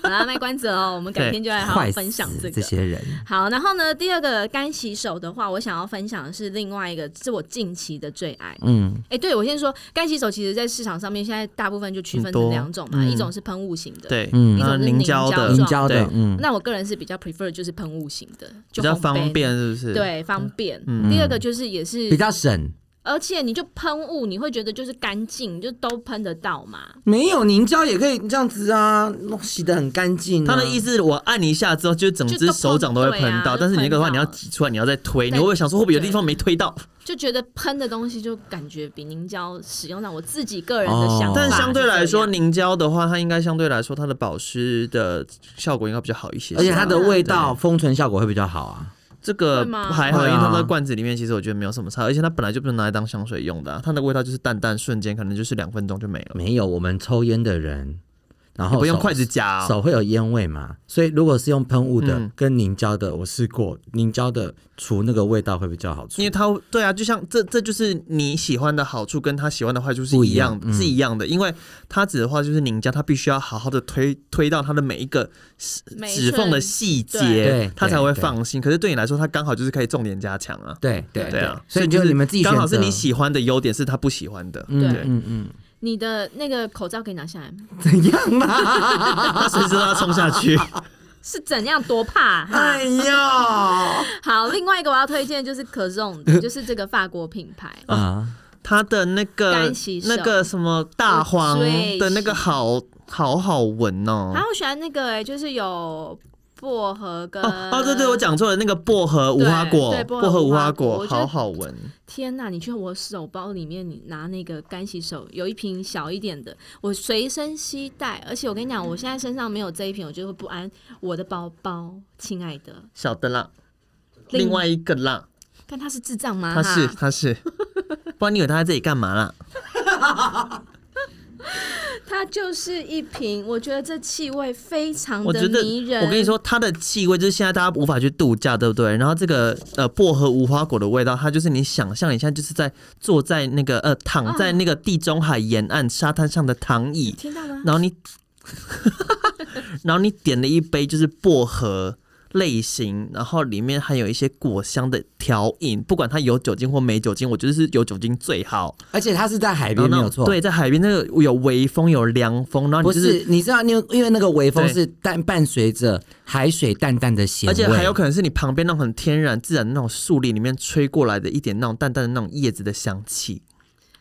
[SPEAKER 3] 好啦，卖关子了哦，我们改天就 来好好
[SPEAKER 4] 坏
[SPEAKER 3] 分享
[SPEAKER 4] 死
[SPEAKER 3] 这
[SPEAKER 4] 这
[SPEAKER 3] 个。
[SPEAKER 4] 些人。
[SPEAKER 3] 好，然后呢，第二个干洗手的话，我想要分享的是另外一个，是我近期的最爱。
[SPEAKER 4] 嗯，
[SPEAKER 3] 哎、对我先说，干洗手其实在市场上面现在大部分就区分
[SPEAKER 2] 很
[SPEAKER 3] 成
[SPEAKER 2] 多
[SPEAKER 3] 两种嘛，
[SPEAKER 2] 嗯
[SPEAKER 3] 一种是喷雾型的，，
[SPEAKER 2] 对，
[SPEAKER 4] 嗯
[SPEAKER 2] 然后
[SPEAKER 3] 一种是
[SPEAKER 2] 凝
[SPEAKER 3] 凝
[SPEAKER 2] 胶
[SPEAKER 3] 胶
[SPEAKER 2] 的
[SPEAKER 4] 凝
[SPEAKER 3] 状
[SPEAKER 4] 胶的
[SPEAKER 2] 对，
[SPEAKER 4] 嗯，
[SPEAKER 3] 那我个人是比较 prefer 就是喷雾型的，
[SPEAKER 2] 比
[SPEAKER 3] 就
[SPEAKER 2] 较
[SPEAKER 3] 烘
[SPEAKER 2] 方
[SPEAKER 3] 焙，
[SPEAKER 2] 便，是不是？，
[SPEAKER 3] 对，方便。
[SPEAKER 2] 嗯
[SPEAKER 3] 第二个就是也是
[SPEAKER 4] 比，较省，
[SPEAKER 3] 而且你就喷雾，你会觉得就是干净，就都喷得到嘛。
[SPEAKER 4] 没有凝胶也可以这样子啊，洗的很干净啊。
[SPEAKER 2] 他的意思，我按一下之后，就整
[SPEAKER 3] 就
[SPEAKER 2] 只
[SPEAKER 3] 都
[SPEAKER 2] 手掌都会
[SPEAKER 3] 碰
[SPEAKER 2] 喷
[SPEAKER 3] 对
[SPEAKER 2] 到，
[SPEAKER 3] 啊
[SPEAKER 2] 但是你那个的话，
[SPEAKER 3] 就
[SPEAKER 2] 你
[SPEAKER 3] 喷到
[SPEAKER 2] 要挤出来，你要再推，你
[SPEAKER 3] 对
[SPEAKER 2] 会不会想说会不会有
[SPEAKER 3] 对
[SPEAKER 2] 地方没推到？
[SPEAKER 3] 就觉得喷的东西就感觉比凝胶使用上我自己个人的
[SPEAKER 4] 哦
[SPEAKER 3] 想法、
[SPEAKER 2] 但相对来说，
[SPEAKER 3] 你
[SPEAKER 2] 凝胶的话，它应该相对来说它的保湿的效果应该比较好一些，
[SPEAKER 4] 而且它的
[SPEAKER 2] 是吧
[SPEAKER 4] 味道封存效果会比较好啊。
[SPEAKER 2] 这个
[SPEAKER 3] 会吗
[SPEAKER 2] 还好，因
[SPEAKER 4] 会啊
[SPEAKER 2] 为它在罐子里面，其实我觉得没有什么差，而且它本来就不能拿来当香水用的啊、它的味道就是淡淡，瞬间可能就是两分钟就没了，
[SPEAKER 4] 没有我们抽烟的人，然后
[SPEAKER 2] 不用
[SPEAKER 4] 手
[SPEAKER 2] 筷子夹、哦。
[SPEAKER 4] 手会有烟味嘛，所以如果是用喷雾的、
[SPEAKER 2] 嗯
[SPEAKER 4] 跟凝胶的，我试过凝胶的除那个味道会比较好除
[SPEAKER 2] 因为。它对啊，就像这这就是你喜欢的好处跟他喜欢的坏处是
[SPEAKER 4] 不
[SPEAKER 2] 一
[SPEAKER 4] 一样
[SPEAKER 2] 样的，是一样的。因为它指的话就是凝胶，它必须要好好的推推到它的每一个
[SPEAKER 3] 每一
[SPEAKER 2] 指缝的细节
[SPEAKER 4] 对，
[SPEAKER 2] 它
[SPEAKER 4] 对
[SPEAKER 2] 才会
[SPEAKER 4] 对
[SPEAKER 2] 放心。可是对你来说，它刚好就是可以重点加强啊。
[SPEAKER 4] 对对
[SPEAKER 2] 对啊，
[SPEAKER 4] 所以
[SPEAKER 2] 就
[SPEAKER 4] 就是你们自己选
[SPEAKER 2] 刚
[SPEAKER 4] 择。
[SPEAKER 2] 好是你喜欢的优点是他不喜欢的，
[SPEAKER 4] 嗯，
[SPEAKER 3] 对
[SPEAKER 4] 嗯嗯
[SPEAKER 3] 你的那个口罩可以拿下来吗？
[SPEAKER 4] 嗯，怎样啦？
[SPEAKER 2] 他随时都要冲下 去。
[SPEAKER 3] 是怎样多怕、 哈
[SPEAKER 4] 哎 呀，
[SPEAKER 3] 好，另外一个我要推荐的就是 c o z o n 就是这个法国品牌。
[SPEAKER 4] 啊，
[SPEAKER 2] 他的那个
[SPEAKER 3] 干洗手
[SPEAKER 2] 那个什么大黄
[SPEAKER 3] 我最
[SPEAKER 2] 的那个好好好闻哦
[SPEAKER 3] 然。后我喜欢那个、欸，就是有薄荷跟
[SPEAKER 2] 哦哦，对对，我讲错了，那个薄荷无花果
[SPEAKER 3] 对，薄荷
[SPEAKER 2] 薄荷
[SPEAKER 3] 无
[SPEAKER 2] 无
[SPEAKER 3] 花
[SPEAKER 2] 花
[SPEAKER 3] 果
[SPEAKER 2] 果
[SPEAKER 3] 我觉得
[SPEAKER 2] 好好闻。
[SPEAKER 3] 天哪！你去我手包里面，你拿那个干洗手，有一瓶小一点的，我随身携带。而且我跟你讲，我现在身上没有这一瓶，我就会不安。我的包包，亲爱的，
[SPEAKER 2] 小的啦，另外一个啦，
[SPEAKER 3] 看他是智障吗？
[SPEAKER 2] 他是
[SPEAKER 3] 啊哈
[SPEAKER 2] 他 是，不然你以为他在这里干嘛啦？
[SPEAKER 3] 它就是一瓶，我觉得这气味非常
[SPEAKER 2] 我觉
[SPEAKER 3] 的
[SPEAKER 2] 得
[SPEAKER 3] 迷人。
[SPEAKER 2] 我跟你，说，它的气味就是现在大家无法去度假，对不对？然后这个呃薄荷无花果的味道，它就是你想象一下，就是在坐在那个呃躺
[SPEAKER 3] 啊
[SPEAKER 2] 在那个地中海沿岸沙滩上的躺椅，
[SPEAKER 3] 听到吗？
[SPEAKER 2] 然 后你，然后你点了一杯就是薄荷类型，然后里面含有一些果香的调饮，不管它有酒精或没酒精，我觉得是有酒精最好。
[SPEAKER 4] 而且它是在海
[SPEAKER 2] 然
[SPEAKER 4] 边
[SPEAKER 2] 后
[SPEAKER 4] 没
[SPEAKER 2] 那
[SPEAKER 4] 有错，
[SPEAKER 2] 对，，在海边那个有微风有凉风，然后
[SPEAKER 4] 不，
[SPEAKER 2] 你就是
[SPEAKER 4] 你知道，因为因为那个微风
[SPEAKER 2] 对
[SPEAKER 4] 是淡伴随着海水淡淡的咸味，
[SPEAKER 2] 而且还有可能是你旁边那种很天然自然的那种树林里面吹过来的一点那种淡淡的那种叶子的香气，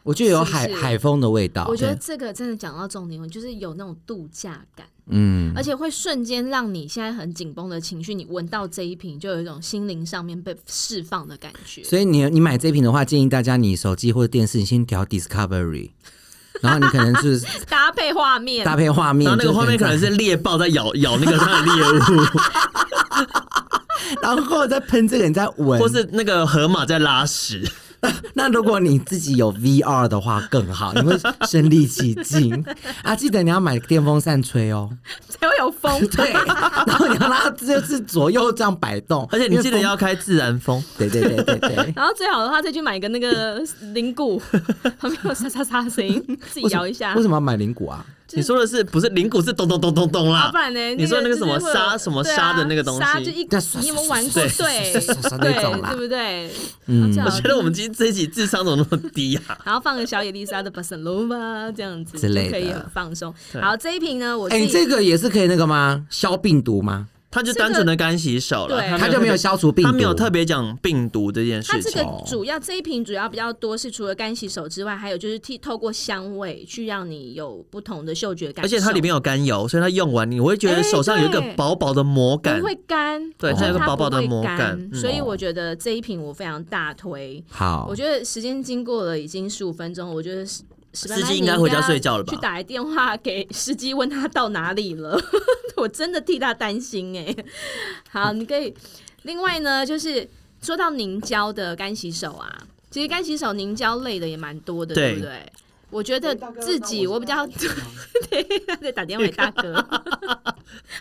[SPEAKER 4] 我就有海
[SPEAKER 3] 是是
[SPEAKER 4] 海风的味道
[SPEAKER 3] 我，觉得这个真的讲到重点，就是有那种度假感，
[SPEAKER 4] 嗯，
[SPEAKER 3] 而且会瞬间让你现在很紧绷的情绪，你闻到这一瓶，就有一种心灵上面被释放的感觉。
[SPEAKER 4] 所以你你买这瓶的话，建议大家你手机或者电视你先调 Discovery，然后你可能是
[SPEAKER 3] 搭配画面，
[SPEAKER 4] 搭配画面，
[SPEAKER 2] 然后那个
[SPEAKER 4] 就
[SPEAKER 2] 画面可能是
[SPEAKER 4] 在，
[SPEAKER 2] 猎豹在 咬咬那个它的猎物，
[SPEAKER 4] 然后再喷这个你再闻，
[SPEAKER 2] 或是那个河马在拉屎，
[SPEAKER 4] 那如果你自己有 VR 的话更好，你会身临其 境啊！记得你要买电风扇吹哦，
[SPEAKER 3] 才会有风。
[SPEAKER 2] 哦
[SPEAKER 4] 对， 然后你要让它就是左右这样摆动，
[SPEAKER 2] 而且你记得
[SPEAKER 4] 因为风，
[SPEAKER 2] 要开自然风，
[SPEAKER 4] 对对对 对对。
[SPEAKER 3] 然后最好的话，再去买一个那个铃鼓，旁边有沙沙沙的声音，自己
[SPEAKER 4] 为什么
[SPEAKER 3] 摇一下
[SPEAKER 4] 为。什么要买铃鼓啊？
[SPEAKER 2] 你说的是不是铃鼓是咚咚咚咚咚
[SPEAKER 3] 啊，
[SPEAKER 2] 啦
[SPEAKER 3] 不？然呢？
[SPEAKER 2] 你说那个
[SPEAKER 3] 就是
[SPEAKER 2] 什么
[SPEAKER 3] 会有
[SPEAKER 2] 沙什么
[SPEAKER 3] 对啊
[SPEAKER 2] 沙的那个东西
[SPEAKER 3] 沙就一，
[SPEAKER 4] 对刷
[SPEAKER 3] 你有没有
[SPEAKER 4] 刷
[SPEAKER 3] 玩过？
[SPEAKER 2] 刷
[SPEAKER 3] 对，
[SPEAKER 2] 刷
[SPEAKER 3] 对，
[SPEAKER 4] 刷刷刷那种啦
[SPEAKER 3] 对不对？
[SPEAKER 4] 嗯
[SPEAKER 3] 嗯，
[SPEAKER 2] 我觉得我们今天这一集智商怎么那么低啊呀？
[SPEAKER 3] 然后放个小野丽莎的《巴塞罗那》这样子
[SPEAKER 4] 之
[SPEAKER 3] 就
[SPEAKER 4] 类的
[SPEAKER 3] 可以很放松。
[SPEAKER 2] 对
[SPEAKER 3] 好，这一瓶呢，我自
[SPEAKER 4] 哎、
[SPEAKER 3] 己
[SPEAKER 4] 这个也是可以那个吗？消病毒吗？
[SPEAKER 2] 他就单纯的干洗手了，
[SPEAKER 3] 对
[SPEAKER 4] 它就没有
[SPEAKER 2] 特
[SPEAKER 4] 消除
[SPEAKER 2] 别
[SPEAKER 4] 病毒，
[SPEAKER 2] 他没有特别讲病毒这件
[SPEAKER 3] 它
[SPEAKER 2] 事
[SPEAKER 3] 这
[SPEAKER 2] 情
[SPEAKER 3] 个。主要这一瓶主要比较多是除了干洗手之外，还有就是替透过香味去让你有不同的嗅觉感
[SPEAKER 2] 而
[SPEAKER 3] 受，
[SPEAKER 2] 且它里面有甘油，所以它用完你我会觉得手上有一个
[SPEAKER 3] 哎对
[SPEAKER 2] 薄薄的膜感
[SPEAKER 3] 不，会干，
[SPEAKER 2] 对
[SPEAKER 3] 它
[SPEAKER 4] 它有个
[SPEAKER 2] 薄薄的
[SPEAKER 3] 不会
[SPEAKER 2] 膜感
[SPEAKER 3] 干
[SPEAKER 2] 嗯
[SPEAKER 3] 所以我觉得这一瓶我非常大推。
[SPEAKER 4] 好
[SPEAKER 3] 我。觉得时间经过了已经十五分钟，我觉得史史班
[SPEAKER 2] 司
[SPEAKER 3] 班
[SPEAKER 2] 机应
[SPEAKER 3] 你
[SPEAKER 2] 该回家睡觉了吧
[SPEAKER 3] 去打电话给司机问他到哪里了， 我真的替他担心哎、好，你可以。另外呢，就是说到凝胶的干洗手啊，其实干洗手凝胶类的也蛮多的，
[SPEAKER 2] 对
[SPEAKER 3] 对不对？我觉得自己我比较 对，他在打电话给大哥，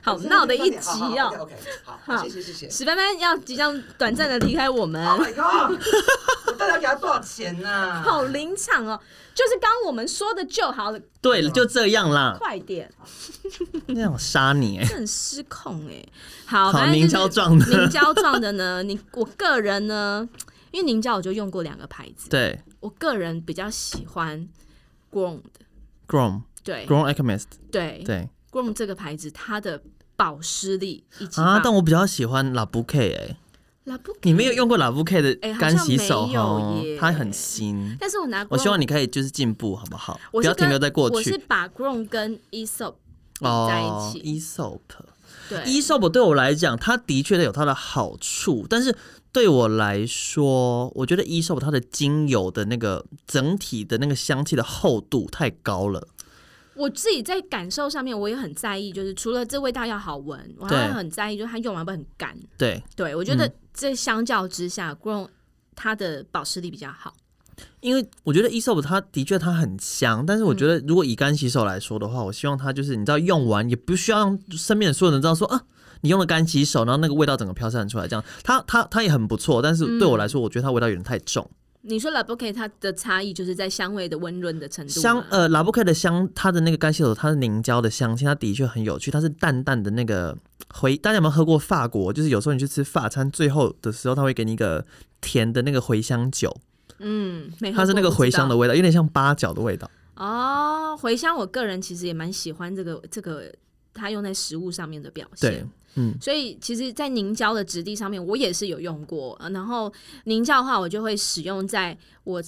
[SPEAKER 3] 好闹的一集哦、
[SPEAKER 4] OK，好
[SPEAKER 3] 好 Oh 谢
[SPEAKER 4] 谢谢谢。
[SPEAKER 3] 史班班要即将短暂的离开我们，
[SPEAKER 4] god！我 到底要给他多少钱呢、
[SPEAKER 3] 好临场哦，就是刚我们说的就好了，
[SPEAKER 2] 对，就这样 啦。
[SPEAKER 3] 快点，
[SPEAKER 2] 那样我杀你哎！
[SPEAKER 3] 这很失控哎、好，
[SPEAKER 2] 好
[SPEAKER 3] 反正就是
[SPEAKER 2] 凝胶状的
[SPEAKER 3] 凝胶状的呢，你我个人呢，因为凝胶我就用过两个牌子，
[SPEAKER 2] 对
[SPEAKER 3] 我个人比较喜欢 Ground，
[SPEAKER 2] ，Grom
[SPEAKER 3] 对
[SPEAKER 2] Grom Alchemist，
[SPEAKER 3] 对
[SPEAKER 2] 对
[SPEAKER 3] Ground 这个牌子它的保湿力以及
[SPEAKER 2] 啊，
[SPEAKER 3] 保
[SPEAKER 2] 但我比较喜欢 La b o u q u e 哎，
[SPEAKER 3] La Bouquet
[SPEAKER 2] 你没有，用过 La b o u q u e
[SPEAKER 3] 哎
[SPEAKER 2] 的
[SPEAKER 3] 好
[SPEAKER 2] 干洗
[SPEAKER 3] 像
[SPEAKER 2] 手
[SPEAKER 3] 没有
[SPEAKER 2] 哦
[SPEAKER 3] 耶
[SPEAKER 2] 它很新。
[SPEAKER 3] 但是我拿 Ground,
[SPEAKER 2] 我希望你可以就是进步，好不好？
[SPEAKER 3] 我
[SPEAKER 2] 不
[SPEAKER 3] 是
[SPEAKER 2] 要停
[SPEAKER 3] 跟
[SPEAKER 2] 留在过
[SPEAKER 3] 我是
[SPEAKER 2] 去
[SPEAKER 3] 把 Ground 跟 Esop 在一
[SPEAKER 2] 哦。
[SPEAKER 3] 起，
[SPEAKER 2] e soap，
[SPEAKER 3] 对
[SPEAKER 2] e soap 对我来讲，它的确有它的好处，但是对我来说，我觉得 e soap 它的精油的那个整体的那个香气的厚度太高了。
[SPEAKER 3] 我自己在感受上面，我也很在意，就是除了这味道要好闻，我
[SPEAKER 2] 对嗯
[SPEAKER 3] 还会很在意，就是它用完会很干。
[SPEAKER 2] 对，
[SPEAKER 3] 对我觉得这相较之下、g r o w n 它的保湿力比较好。
[SPEAKER 2] 因为我觉得 e soap 它的确它很香，但是我觉得如果以干洗手来说的话，我希望它就是你知道用完也不需要让身边的所有人知道说啊。你用了干洗手，然后那个味道整个飘散出来，这样它它它也很不错，但是对我来说，我觉得它味道有点太重。
[SPEAKER 3] 你说 La b o q u e 它的差异就是在香味的温润的程度吗
[SPEAKER 2] 香呃，拉布克的香，它的那个干洗手，它是凝胶的香气，它的确很有趣，它是淡淡的那个回。大家有没有喝过法国？就是有时候你去吃法餐，最后的时候他会给你一个甜的那个茴香酒，
[SPEAKER 3] 嗯，没喝
[SPEAKER 2] 它是那
[SPEAKER 3] 过
[SPEAKER 2] 个
[SPEAKER 3] 不知
[SPEAKER 2] 茴香的
[SPEAKER 3] 道
[SPEAKER 2] 味道，有点像八角的味道。
[SPEAKER 3] 哦。茴香，我个人其实也蛮喜欢这个这个它用在食物上面的表现。
[SPEAKER 2] 对，嗯，
[SPEAKER 3] 所以其实，在凝胶的质地上面，我也是有用过。呃然后凝胶的话，我就会使用在我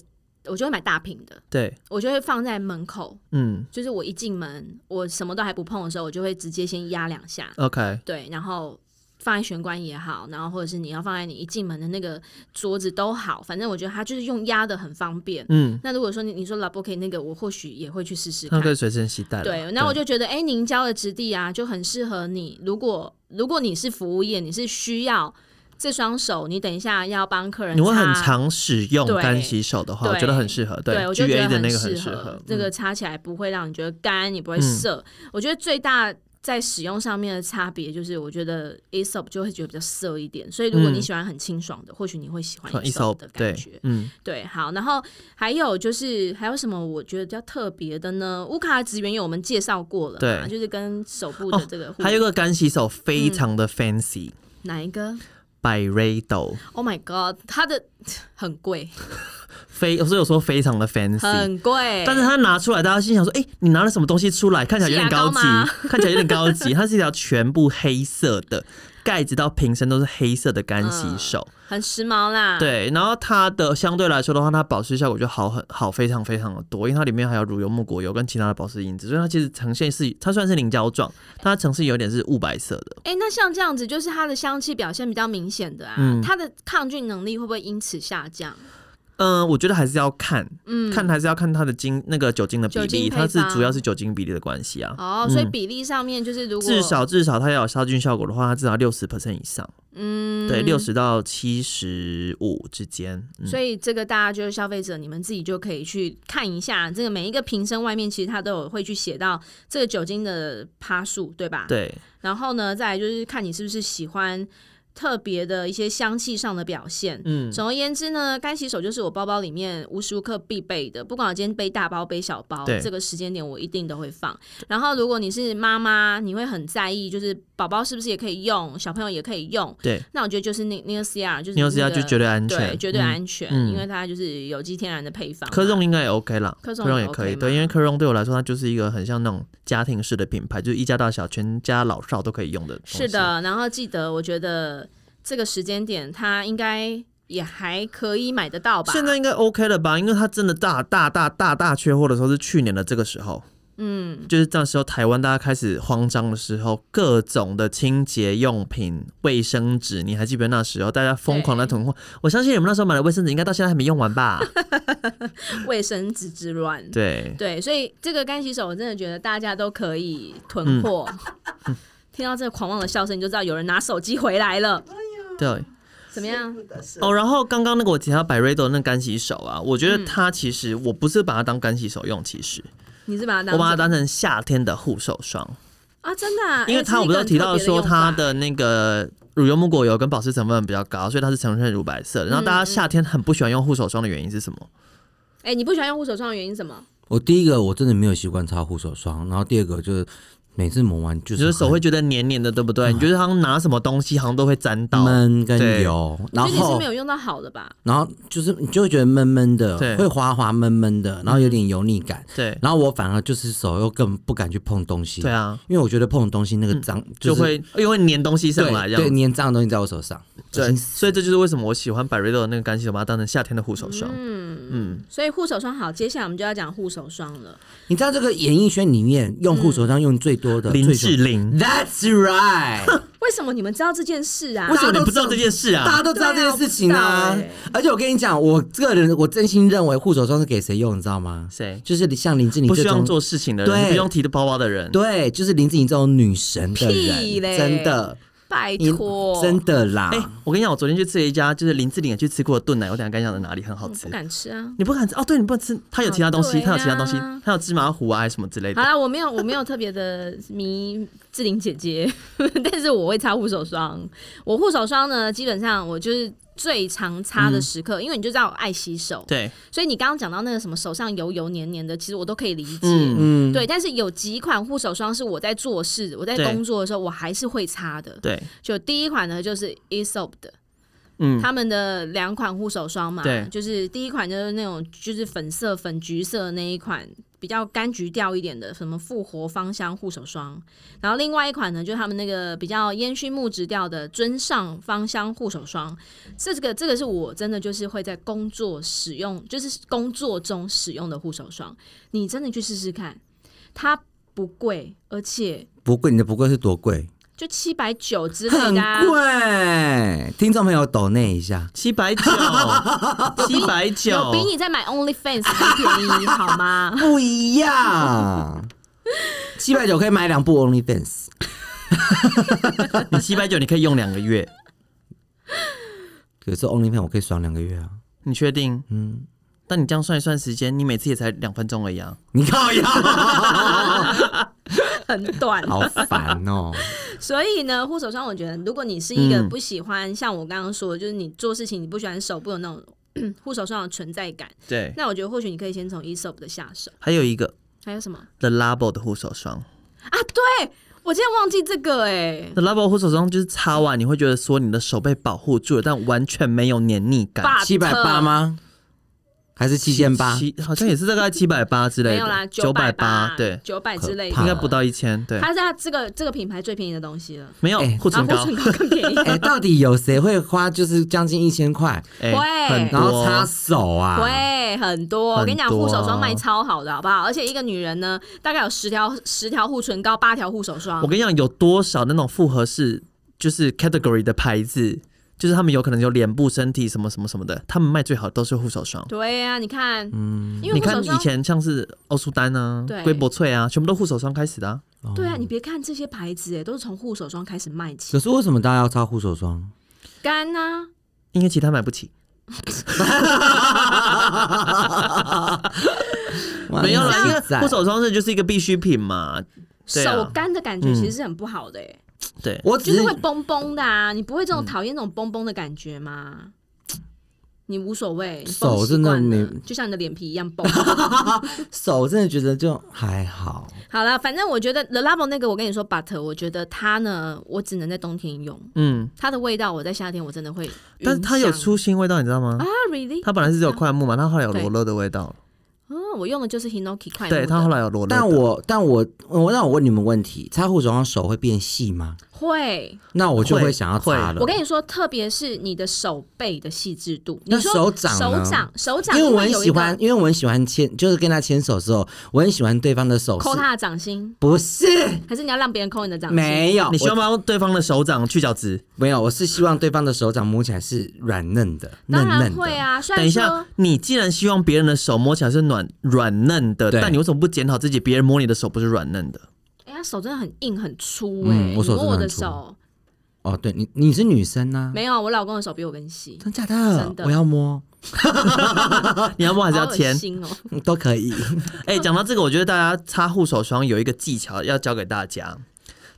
[SPEAKER 3] 我就会买大瓶的，
[SPEAKER 2] 对，
[SPEAKER 3] 我就会放在门口，
[SPEAKER 2] 嗯
[SPEAKER 3] 就是我一进门，我什么都还不碰的时候，我就会直接先压两下，
[SPEAKER 2] ，OK，
[SPEAKER 3] 对，然后放在玄关也好，然后或者是你要放在你一进门的那个桌子都好，反正我觉得它就是用压的很方便。
[SPEAKER 2] 嗯，
[SPEAKER 3] 那如果说你你说 La b o q u e 那个，我或许也会去试试
[SPEAKER 2] 它
[SPEAKER 3] 看。
[SPEAKER 2] 可以随身携带了。
[SPEAKER 3] 对，那我就觉得，哎、凝胶的质地啊，就很适合你。如果如果你是服务业，你是需要这双手，你等一下要帮客人
[SPEAKER 2] 你会很
[SPEAKER 3] 擦
[SPEAKER 2] 常使用
[SPEAKER 3] 对
[SPEAKER 2] 干洗手的话，我
[SPEAKER 3] 对
[SPEAKER 2] 觉得很适合。
[SPEAKER 3] 对，我就觉
[SPEAKER 2] GA
[SPEAKER 3] 得
[SPEAKER 2] 的那个
[SPEAKER 3] 适
[SPEAKER 2] 很适合。
[SPEAKER 3] 这个
[SPEAKER 2] 嗯
[SPEAKER 3] 擦起来不会让你觉得干，也不会
[SPEAKER 2] 嗯
[SPEAKER 3] 涩。我觉得最大在使用上面的差别就是，我觉得 Aesop 就会觉得比较涩一点，所以如果你
[SPEAKER 2] 嗯
[SPEAKER 3] 喜欢很清爽的，或许你会喜欢
[SPEAKER 2] 好
[SPEAKER 3] Aesop
[SPEAKER 2] ，Aesop，
[SPEAKER 3] 的感
[SPEAKER 2] 对
[SPEAKER 3] 觉，。
[SPEAKER 2] 嗯，
[SPEAKER 3] 对，好，然后还有就是还有什么我觉得比较特别的呢？乌卡的职员有我们介绍过了嘛，
[SPEAKER 2] 对
[SPEAKER 3] 就是跟手部
[SPEAKER 2] 哦
[SPEAKER 3] 的这个互，
[SPEAKER 2] 还有一个干洗手
[SPEAKER 3] 嗯
[SPEAKER 2] 非常的 fancy，
[SPEAKER 3] 哪一个
[SPEAKER 2] 百瑞斗。
[SPEAKER 3] ？Oh my god，它的 很贵，
[SPEAKER 2] 非，所以我说非常的 fancy。
[SPEAKER 3] 很贵，
[SPEAKER 2] 但是他拿出来，大家心想说：“哎、你拿了什么东西出来？看起来有点高级
[SPEAKER 3] 是牙膏吗，
[SPEAKER 2] 看起来有点高 级。”它是一条全部黑色的，盖子到瓶身都是黑色的干洗手。
[SPEAKER 3] 很时髦啦。，
[SPEAKER 2] 对，然后它的相对来说的话，它保湿效果就好很好，非常非常的多，因为它里面还有乳油、木果油跟其他的保湿因子，所以它其实呈现是它算是凝胶状，但它呈现有点是雾白色的。
[SPEAKER 3] 哎、那像这样子，就是它的香气表现比较明显的啊，它的抗菌能力会不会因此下降？
[SPEAKER 2] 嗯、我觉得还是要看，
[SPEAKER 3] 嗯，
[SPEAKER 2] 看还是要看它的精那个酒精的比
[SPEAKER 3] 酒
[SPEAKER 2] 例，
[SPEAKER 3] 精
[SPEAKER 2] 它
[SPEAKER 3] 配
[SPEAKER 2] 是
[SPEAKER 3] 方
[SPEAKER 2] 主要是酒精比例的关系啊。
[SPEAKER 3] 哦，所以
[SPEAKER 2] 嗯
[SPEAKER 3] 比例上面就是如果
[SPEAKER 2] 至少至少它要有杀菌效果的话，它至少六十 percent 以上，
[SPEAKER 3] 嗯
[SPEAKER 2] 对，六。十到七十五之间。嗯、
[SPEAKER 3] 所以这个大家就是消费者，你们自己就可以去看一下，这个每一个瓶身外面其实它都有会去写到这个酒精的趴数，对吧？。
[SPEAKER 2] 对，
[SPEAKER 3] 然后呢，再来就是看你是不是喜欢特别的一些香气上的表现。
[SPEAKER 2] 嗯，
[SPEAKER 3] 总而言之呢，干洗手就是我包包里面无时无刻必备的，不管我今天背大包背小包
[SPEAKER 2] 对，
[SPEAKER 3] 这个时间点我一定都会放。然后，如果你是妈妈，你会很在意，就是宝宝是不是也可以用，小朋友也可以用。
[SPEAKER 2] 对，
[SPEAKER 3] 那我觉得就是那那个 CR 就是
[SPEAKER 2] 你有时要
[SPEAKER 3] 那个
[SPEAKER 2] 就绝对安全，
[SPEAKER 3] 对绝对
[SPEAKER 2] 嗯
[SPEAKER 3] 安全，
[SPEAKER 2] 嗯
[SPEAKER 3] 因为它就是有机天然的配方嘛。
[SPEAKER 2] 科荣应该也 OK 啦，科
[SPEAKER 3] 科颂
[SPEAKER 2] 荣
[SPEAKER 3] 也
[SPEAKER 2] 也可以，
[SPEAKER 3] OK
[SPEAKER 2] 对，
[SPEAKER 3] 吗
[SPEAKER 2] 因为科荣对我来说，它就是一个很像那种家庭式的品牌，就是一家大小、全家老少都可以用的。
[SPEAKER 3] 是，的，然后记得，我觉得这个时间点它应该也还可以买得到吧。
[SPEAKER 2] 现在应该 OK 了吧？因为它真的大大大大大缺货的时候是去年的这个时候，
[SPEAKER 3] 嗯，
[SPEAKER 2] 就是这时候台湾大家开始慌张的时候，各种的清洁用品、卫生纸，你还记不记得那时候大家疯狂的囤货？我相信你们那时候买的卫生纸应该到现在还没用完 吧？
[SPEAKER 3] 卫生纸之乱。
[SPEAKER 2] 对。
[SPEAKER 3] 对，所以这个干洗手，我真的觉得大家都可以
[SPEAKER 2] 嗯
[SPEAKER 3] 囤货。 听到这个狂妄的笑声，你就知道有人拿手机回来了，
[SPEAKER 2] 对
[SPEAKER 3] 怎么样？
[SPEAKER 2] 哦，然后刚刚那个我提到百瑞朵那干洗手啊，我觉得它其实、我不是把它当干洗手用，其实
[SPEAKER 3] 你是把它当
[SPEAKER 2] 我把它
[SPEAKER 3] 什么
[SPEAKER 2] 当成夏天的护手霜，
[SPEAKER 3] 啊，真的啊、
[SPEAKER 2] 因为
[SPEAKER 3] 哎
[SPEAKER 2] 它我不
[SPEAKER 3] 这是
[SPEAKER 2] 是有
[SPEAKER 3] 一个很
[SPEAKER 2] 提
[SPEAKER 3] 特
[SPEAKER 2] 到
[SPEAKER 3] 别
[SPEAKER 2] 说
[SPEAKER 3] 用
[SPEAKER 2] 它
[SPEAKER 3] 法
[SPEAKER 2] 的那个乳油木果油跟保湿成分比较高，所以它是呈现乳白色的。然后大
[SPEAKER 3] 嗯
[SPEAKER 2] 家夏天很不喜欢用护手霜的原因是什么？
[SPEAKER 3] 哎、你不喜欢用护手霜的原因是什么？
[SPEAKER 4] 我第一个我真的没有习惯擦护手霜，然后第二个就是每次抹完就
[SPEAKER 2] 你就是是手会觉得黏黏的，对不对？你觉得好像拿什么东西好像都会沾
[SPEAKER 4] 很
[SPEAKER 2] 到。
[SPEAKER 4] 闷
[SPEAKER 2] 对
[SPEAKER 4] 跟油，然
[SPEAKER 3] 就你是
[SPEAKER 4] 后
[SPEAKER 3] 没有用到好的吧？
[SPEAKER 4] 然后就是你就会觉得闷闷的
[SPEAKER 2] 对，
[SPEAKER 4] 会滑滑闷闷的，然后有点油腻感。
[SPEAKER 2] 对
[SPEAKER 4] 然后我反而就是手又更不敢去碰东西，
[SPEAKER 2] 对，啊，嗯
[SPEAKER 4] 因为我觉得碰东西那个脏
[SPEAKER 2] 就是会因为粘东西上来
[SPEAKER 4] 对
[SPEAKER 2] 这样
[SPEAKER 4] 对
[SPEAKER 2] 子。
[SPEAKER 4] 粘脏的东西在我手上，
[SPEAKER 2] 对，所以这就是为什么我喜欢百瑞朵的那个干洗手，把它当成夏天的护手霜。
[SPEAKER 3] 嗯，
[SPEAKER 2] 嗯，
[SPEAKER 3] 所以护手霜好，接下来我们就要讲护手霜了。
[SPEAKER 4] 你知道这个演艺圈里面用护手霜用最多的
[SPEAKER 2] 嗯林
[SPEAKER 4] 最嗯
[SPEAKER 2] 志
[SPEAKER 4] 爽
[SPEAKER 2] 玲，
[SPEAKER 4] That's right，
[SPEAKER 3] 为什么你们知道这件事啊
[SPEAKER 2] 为？什么你不知道这件事
[SPEAKER 4] 大
[SPEAKER 2] 啊
[SPEAKER 4] 家？都知道这件事情
[SPEAKER 3] 对
[SPEAKER 4] 啊。
[SPEAKER 3] 啊我不知道欸
[SPEAKER 4] 而且我跟你讲，我这个人我真心认为护手霜是给谁用，你知道吗？
[SPEAKER 2] 谁
[SPEAKER 4] 就是像林志玲
[SPEAKER 2] 不
[SPEAKER 4] 这
[SPEAKER 2] 需要
[SPEAKER 4] 种，
[SPEAKER 2] 做事情的人，
[SPEAKER 4] 对
[SPEAKER 2] 不用提着包包的人，
[SPEAKER 4] 对，就是林志玲这种女神的
[SPEAKER 3] 屁
[SPEAKER 4] 人，
[SPEAKER 3] 嘞
[SPEAKER 4] 真的，
[SPEAKER 3] 拜
[SPEAKER 4] 你
[SPEAKER 3] 托，
[SPEAKER 4] 真的啦。
[SPEAKER 2] 哎、我跟你讲，我昨天去吃了一家，就是林志玲也去吃过的炖奶，我等一下跟你讲的哪里很好吃
[SPEAKER 3] 不。敢吃啊。
[SPEAKER 2] 你不敢吃哦？对，你不能吃，它有其他东西，
[SPEAKER 3] 对啊
[SPEAKER 2] 它有其他东西，它有芝麻糊啊还是什么之类
[SPEAKER 3] 好
[SPEAKER 2] 的。
[SPEAKER 3] 啦，我没有，我没有特别的迷志玲姐姐， 但是我会擦护手霜。我护手霜呢，基本上我就是最常擦的时刻，因为你就知道我爱洗手，
[SPEAKER 2] 嗯对，
[SPEAKER 3] 所以你刚刚讲到那个什么手上油油黏黏的，其实我都可以理解。
[SPEAKER 2] 嗯，
[SPEAKER 4] 嗯，
[SPEAKER 3] 对，但是有几款护手霜是我在做事、我在
[SPEAKER 2] 对
[SPEAKER 3] 工作的时候，我还是会擦的。
[SPEAKER 2] 对，
[SPEAKER 3] 就第一款呢，就是 Aesop 的，
[SPEAKER 2] 嗯，
[SPEAKER 3] 他们的两款护手霜嘛
[SPEAKER 2] 对，
[SPEAKER 3] 就是第一款就是那种就是粉色、粉橘色的那一款，比较柑橘调一点的，什么复活芳香护手霜。然后另外一款呢，就是他们那个比较烟熏木质调的尊上芳香护手霜。这个这个是我真的就是会在工作使用，就是工作中使用的护手霜，你真的去试试看，它不贵，而且
[SPEAKER 4] 不贵，你的不贵是多贵？
[SPEAKER 3] 就七百九之类
[SPEAKER 4] 很
[SPEAKER 3] 的、啊。
[SPEAKER 4] 贵，听众朋友抖那一下。
[SPEAKER 2] 七百 九，七百
[SPEAKER 3] 有
[SPEAKER 2] 九
[SPEAKER 3] 比，你在买 OnlyFans 还便宜好吗？
[SPEAKER 4] 不一样。 七百九可以买两部 OnlyFans，
[SPEAKER 2] 你七百九你可以用两个月，
[SPEAKER 4] 可是 OnlyFans 我可以爽两个月啊。
[SPEAKER 2] 你确定？
[SPEAKER 4] 嗯，
[SPEAKER 2] 但你这样算一算时间，你每次也才两分钟而已啊。
[SPEAKER 4] 你靠呀，
[SPEAKER 3] 很短，
[SPEAKER 4] 好烦哦、
[SPEAKER 3] 所以呢，护手霜，我觉得如果你是一个
[SPEAKER 2] 嗯
[SPEAKER 3] 不喜欢、像我刚刚说的，就是你做事情你不喜欢手部有那种 护手霜的存在感，
[SPEAKER 2] 对，
[SPEAKER 3] 那我觉得或许你可以先从 Esop 的下手。
[SPEAKER 2] 还有一个
[SPEAKER 3] 还有什么
[SPEAKER 2] The Labo 的护手霜
[SPEAKER 3] 啊？对我竟然忘记这个哎、
[SPEAKER 2] ，The Labo 护手霜就是擦完你会觉得说你的手被保护住了，但完全没有黏腻感。
[SPEAKER 3] But-
[SPEAKER 4] 七百八吗？还是七千八？
[SPEAKER 2] 七好像也是大概七百八之类
[SPEAKER 3] 没
[SPEAKER 2] 的，
[SPEAKER 3] 有啦，
[SPEAKER 2] 九
[SPEAKER 3] 百
[SPEAKER 2] 八，对，
[SPEAKER 3] 九百之类的，
[SPEAKER 4] 可怕
[SPEAKER 2] 应该不。到一千，对，
[SPEAKER 3] 它是它这个这个品牌最便宜的东西了，
[SPEAKER 2] 没有
[SPEAKER 4] 哎
[SPEAKER 2] 护唇
[SPEAKER 3] 然后
[SPEAKER 2] 膏
[SPEAKER 3] 护，唇膏更便宜。
[SPEAKER 4] 哎、到底有谁会花就是将近一千块，
[SPEAKER 2] 哎
[SPEAKER 3] 会
[SPEAKER 2] 很
[SPEAKER 4] 然后擦
[SPEAKER 2] 多，
[SPEAKER 4] 手啊？
[SPEAKER 3] 会很多，我跟你讲，
[SPEAKER 2] 很多
[SPEAKER 3] 护手霜卖超好的，好不好？而且一个女人呢，大概有十条十条护唇膏，八条护手霜
[SPEAKER 2] 我。跟你讲，有多少那种复合式就是 category 的牌子，就是他们有可能有脸部、身体什么什么什么的，他们卖最好的都是护手霜。
[SPEAKER 3] 对呀、啊，你看，嗯，因为
[SPEAKER 2] 你
[SPEAKER 3] 护手
[SPEAKER 2] 看以
[SPEAKER 3] 霜，
[SPEAKER 2] 前像是欧舒丹啊
[SPEAKER 3] 对、
[SPEAKER 2] 瑰博萃啊，全部都护手霜开始的、啊。
[SPEAKER 3] 对啊，你别看这些牌子，哎，都是从护手霜开始卖起
[SPEAKER 4] 可，是为什么大家要擦护手霜？
[SPEAKER 3] 干啊呐、
[SPEAKER 2] 因为其他买不起，没有啦，因为护手霜这就是一个必需品嘛。对啊
[SPEAKER 3] 手干的感觉其实是很不好的，哎、
[SPEAKER 2] 对，
[SPEAKER 4] 我
[SPEAKER 3] 就
[SPEAKER 4] 只
[SPEAKER 3] 是会
[SPEAKER 4] 是
[SPEAKER 3] 崩崩的啊，你不会这种讨厌这种崩崩的感觉吗？你无所谓，你
[SPEAKER 4] 手
[SPEAKER 3] 崩习
[SPEAKER 4] 真的
[SPEAKER 3] 惯了
[SPEAKER 4] 没
[SPEAKER 3] 就像你的脸皮一样崩。
[SPEAKER 4] 手真的觉得就还好，
[SPEAKER 3] 好了，反正我觉得 The Labo 那个，我跟你说，But 我觉得它呢，我只能在冬天用，
[SPEAKER 2] 嗯，
[SPEAKER 3] 它的味道我在夏天我真的会晕香。
[SPEAKER 2] 但是它有出新味道，你知道吗
[SPEAKER 3] 啊？，really？
[SPEAKER 2] 它本来是只有快木嘛，它后来有罗勒的味道，
[SPEAKER 3] 嗯，我用的就是 Hinoki 快
[SPEAKER 2] 对，它后来有罗勒的。
[SPEAKER 4] 但我但我我那我问你们问题，擦护手霜手会变细吗？
[SPEAKER 3] 会，
[SPEAKER 4] 那我就
[SPEAKER 2] 会
[SPEAKER 4] 会想要擦了。
[SPEAKER 3] 我跟你说，特别是你的手背的细致度，
[SPEAKER 4] 那
[SPEAKER 3] 你说
[SPEAKER 4] 手掌
[SPEAKER 3] 手
[SPEAKER 4] 呢
[SPEAKER 3] 掌、手掌，
[SPEAKER 4] 因为我
[SPEAKER 3] 有
[SPEAKER 4] 很
[SPEAKER 3] 一
[SPEAKER 4] 喜
[SPEAKER 3] 个
[SPEAKER 4] 欢，因为我很喜欢牵，就是跟他牵手的时候，我很喜欢对方的手
[SPEAKER 3] 抠
[SPEAKER 4] 是，
[SPEAKER 3] 他的掌心，
[SPEAKER 4] 不是
[SPEAKER 3] 还是你要让别人抠你的掌心？
[SPEAKER 4] 没有，
[SPEAKER 2] 你需要
[SPEAKER 4] 我
[SPEAKER 2] 帮对方的手掌去角质。
[SPEAKER 4] 没有，我是希望对方的手掌摸起来是软嫩的，
[SPEAKER 3] 当
[SPEAKER 4] 嫩
[SPEAKER 3] 然
[SPEAKER 4] 嫩
[SPEAKER 3] 会
[SPEAKER 4] 的。
[SPEAKER 3] 啊。虽
[SPEAKER 2] 等一
[SPEAKER 3] 然
[SPEAKER 2] 下
[SPEAKER 3] 说，
[SPEAKER 2] 你既然希望别人的手摸起来是软软嫩的，
[SPEAKER 4] 对
[SPEAKER 2] 但你为什么不检讨自己？别人摸你的手不是软嫩的？
[SPEAKER 3] 哎、他手真的很硬很粗哎、
[SPEAKER 4] 嗯
[SPEAKER 3] 你
[SPEAKER 4] 我手
[SPEAKER 3] 摸
[SPEAKER 4] 真的
[SPEAKER 3] 我
[SPEAKER 4] 很
[SPEAKER 3] 的
[SPEAKER 4] 粗
[SPEAKER 3] 手
[SPEAKER 4] 哦，对你你是女生呐、
[SPEAKER 3] 没有，我老公的手比我更细，
[SPEAKER 4] 真假的？
[SPEAKER 3] 真的
[SPEAKER 4] 我要摸
[SPEAKER 2] 你要摸还是
[SPEAKER 3] 哦好
[SPEAKER 2] 要
[SPEAKER 3] 恶
[SPEAKER 2] 牵？
[SPEAKER 3] 心哦。
[SPEAKER 4] 嗯都可 以。
[SPEAKER 2] 哎、讲到这个，我觉得大家擦护手霜有一个技巧要教给大家。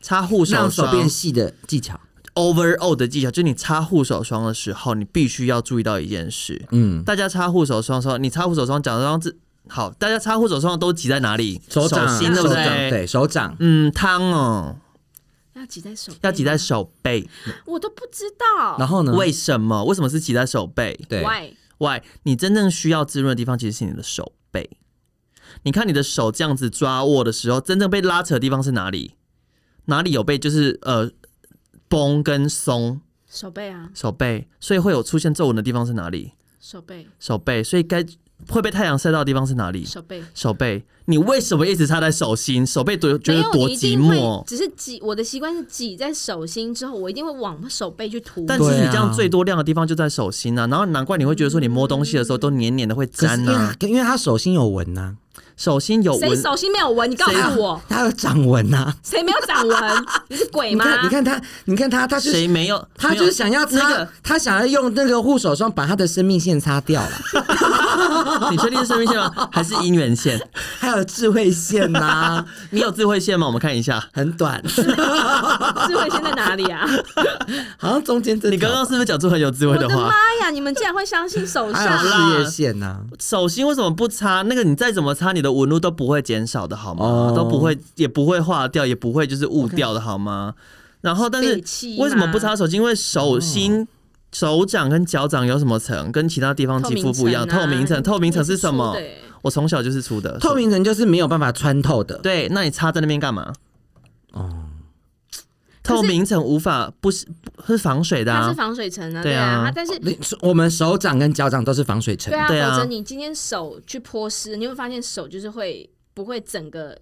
[SPEAKER 2] 擦护手
[SPEAKER 4] 让手
[SPEAKER 2] 霜
[SPEAKER 4] 变细的技巧，
[SPEAKER 2] over all 的技巧，就是你擦护手霜的时候，你必须要注意到一件事。
[SPEAKER 4] 嗯，
[SPEAKER 2] 大家擦护手霜的时候，你擦护手霜，假装自好，大家擦护手霜都挤在哪里？心，对
[SPEAKER 4] 手
[SPEAKER 2] 不
[SPEAKER 4] 掌，
[SPEAKER 2] 对？
[SPEAKER 4] 对手掌。
[SPEAKER 2] 嗯，汤哦，
[SPEAKER 3] 要挤在手，
[SPEAKER 2] 要挤在，手背。
[SPEAKER 3] 我都不知道。
[SPEAKER 4] 然后呢？
[SPEAKER 2] 为什么？为什么是挤在手背？
[SPEAKER 4] 对，
[SPEAKER 3] Why？
[SPEAKER 2] 喂，你真正需要滋润的地方其实是你的手背。你看你的手这样子抓握的时候，真正被拉扯的地方是哪里？哪里有被就是呃绷跟松
[SPEAKER 3] 手背啊，
[SPEAKER 2] 手背，所以会有出现皱纹的地方是哪里？
[SPEAKER 3] 手背，
[SPEAKER 2] 手背，所以该会被太阳晒到的地方是哪里？
[SPEAKER 3] 手背。
[SPEAKER 2] 手背，你为什么一直插在手心？手背多觉
[SPEAKER 3] 没
[SPEAKER 2] 得
[SPEAKER 3] 有，
[SPEAKER 2] 多
[SPEAKER 3] 你一
[SPEAKER 2] 寂
[SPEAKER 3] 定会
[SPEAKER 2] 寞，
[SPEAKER 3] 只是挤。我的习惯是挤在手心之后，我一定会往手背去涂。
[SPEAKER 2] 但其实
[SPEAKER 4] 对
[SPEAKER 2] 你
[SPEAKER 4] 啊
[SPEAKER 2] 这样最多量的地方就在手心啊，然后难怪你会觉得说你摸东西的时候都黏黏的会
[SPEAKER 4] 可是
[SPEAKER 2] 粘
[SPEAKER 4] 因为
[SPEAKER 2] 啊
[SPEAKER 4] 他，因为他手心有纹呐、
[SPEAKER 2] 手心有
[SPEAKER 3] 谁
[SPEAKER 2] 纹，
[SPEAKER 3] 手心没有纹？你告诉我， 哎
[SPEAKER 4] 他有掌纹呐、
[SPEAKER 3] 谁没有 掌纹？你是鬼
[SPEAKER 4] 你
[SPEAKER 3] 吗？
[SPEAKER 4] 看，你看他，你看他，他是
[SPEAKER 2] 谁没有？
[SPEAKER 4] 他
[SPEAKER 2] 没有
[SPEAKER 4] 就是想要擦，
[SPEAKER 2] 那个
[SPEAKER 4] 他想要用那个护手霜把他的生命线擦 掉了，
[SPEAKER 2] 你确定是生命线吗？还是姻缘线？
[SPEAKER 4] 还有智慧线呐、
[SPEAKER 2] 你有智慧线吗？我们看一下。
[SPEAKER 4] 很 短，
[SPEAKER 3] 智慧线在哪里啊？
[SPEAKER 4] 好像中间这条
[SPEAKER 2] 你刚刚是不是讲出很有智慧
[SPEAKER 3] 我
[SPEAKER 2] 的
[SPEAKER 3] 的
[SPEAKER 2] 话？哎
[SPEAKER 3] 妈呀！你们竟然会相信手
[SPEAKER 4] 还有
[SPEAKER 3] 上？
[SPEAKER 2] 啦
[SPEAKER 4] 事业线啊呐、
[SPEAKER 2] 手心为什么不擦？那个你再怎么擦，你的纹路都不会减少的好吗？
[SPEAKER 4] 哦
[SPEAKER 2] 都不会，也不会化掉，也不会就是雾掉的好吗？然后，但是
[SPEAKER 3] 北七吗
[SPEAKER 2] 为什么不擦手心？因为手心、手掌跟脚掌有什么层？跟其他地方
[SPEAKER 3] 透
[SPEAKER 2] 肌
[SPEAKER 3] 明
[SPEAKER 2] 肤不一样。
[SPEAKER 3] 层啊
[SPEAKER 2] 透明层，透明层是什
[SPEAKER 3] 你
[SPEAKER 2] 么
[SPEAKER 3] 是粗的欸？
[SPEAKER 2] 我从小就是粗的。
[SPEAKER 4] 透明人就是没有办法穿透的，
[SPEAKER 2] 对，那你插在那边干嘛？
[SPEAKER 4] 哦，
[SPEAKER 2] 透明层无法不是不是防水的、
[SPEAKER 3] 它是
[SPEAKER 2] 啊，
[SPEAKER 3] 防水层啊，
[SPEAKER 2] 对
[SPEAKER 3] 对
[SPEAKER 2] 啊
[SPEAKER 3] 啊，它但是
[SPEAKER 4] 你我们手掌跟脚掌都是防水层
[SPEAKER 3] 对，啊，
[SPEAKER 2] 对啊
[SPEAKER 3] 否则你今天手去泼湿，你会发现手就是会不会整个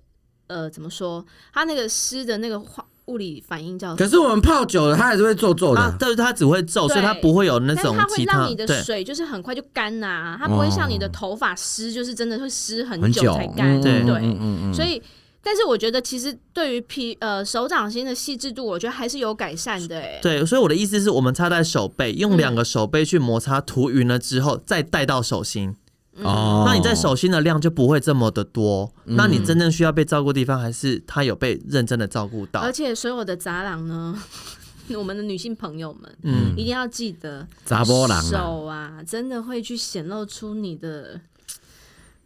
[SPEAKER 3] 呃怎么说？它那个湿的那个化物理反应叫，
[SPEAKER 4] 可是我们泡久了，它还是会皱皱的、
[SPEAKER 2] 啊，但是它只会皱，所以
[SPEAKER 3] 对
[SPEAKER 2] 它不会有那
[SPEAKER 3] 但是
[SPEAKER 2] 种
[SPEAKER 3] 它
[SPEAKER 2] 其
[SPEAKER 3] 会
[SPEAKER 2] 他
[SPEAKER 3] 让你的
[SPEAKER 2] 对。
[SPEAKER 3] 水就是很快就干呐、它不会像你的头发湿，就是真的会湿很
[SPEAKER 4] 哦很
[SPEAKER 3] 久
[SPEAKER 4] 久
[SPEAKER 3] 才干，
[SPEAKER 4] 嗯
[SPEAKER 2] 对
[SPEAKER 3] 对。
[SPEAKER 4] 嗯嗯嗯，
[SPEAKER 3] 所以，但是我觉得其实对于皮呃手掌心的细致度，我觉得还是有改善的、欸。
[SPEAKER 2] 对，所以我的意思是我们擦在手背，用
[SPEAKER 3] 嗯
[SPEAKER 2] 两个手背去摩擦涂匀了之后，再带到手心，
[SPEAKER 3] 嗯
[SPEAKER 4] 哦嗯
[SPEAKER 2] 那你在手心的量就不会这么的多。那你真正需要被照顾的地方，还是它有被认真的照顾到
[SPEAKER 3] 而。且所有的杂粮呢， 我们的女性朋友们，
[SPEAKER 2] 嗯
[SPEAKER 3] 一定要记得
[SPEAKER 4] 杂波浪啊，
[SPEAKER 3] 手啊，真的会去显露出你的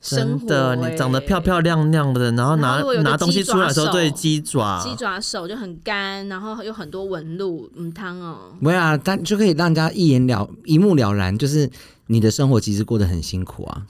[SPEAKER 3] 生
[SPEAKER 2] 真
[SPEAKER 3] 活、
[SPEAKER 2] 的，
[SPEAKER 3] 欸
[SPEAKER 2] 你长得漂漂亮亮的，然后
[SPEAKER 3] 然后
[SPEAKER 2] 拿
[SPEAKER 3] 如果有个
[SPEAKER 2] 拿东西
[SPEAKER 3] 鸡爪
[SPEAKER 2] 出来的时候，
[SPEAKER 3] 手
[SPEAKER 2] 对鸡爪，
[SPEAKER 3] 鸡爪手就很干，然后有很多纹路，嗯，汤哦。
[SPEAKER 4] 没有啊，但就可以让人家一眼了一目了然，就是你的生活其实过得很辛苦 啊，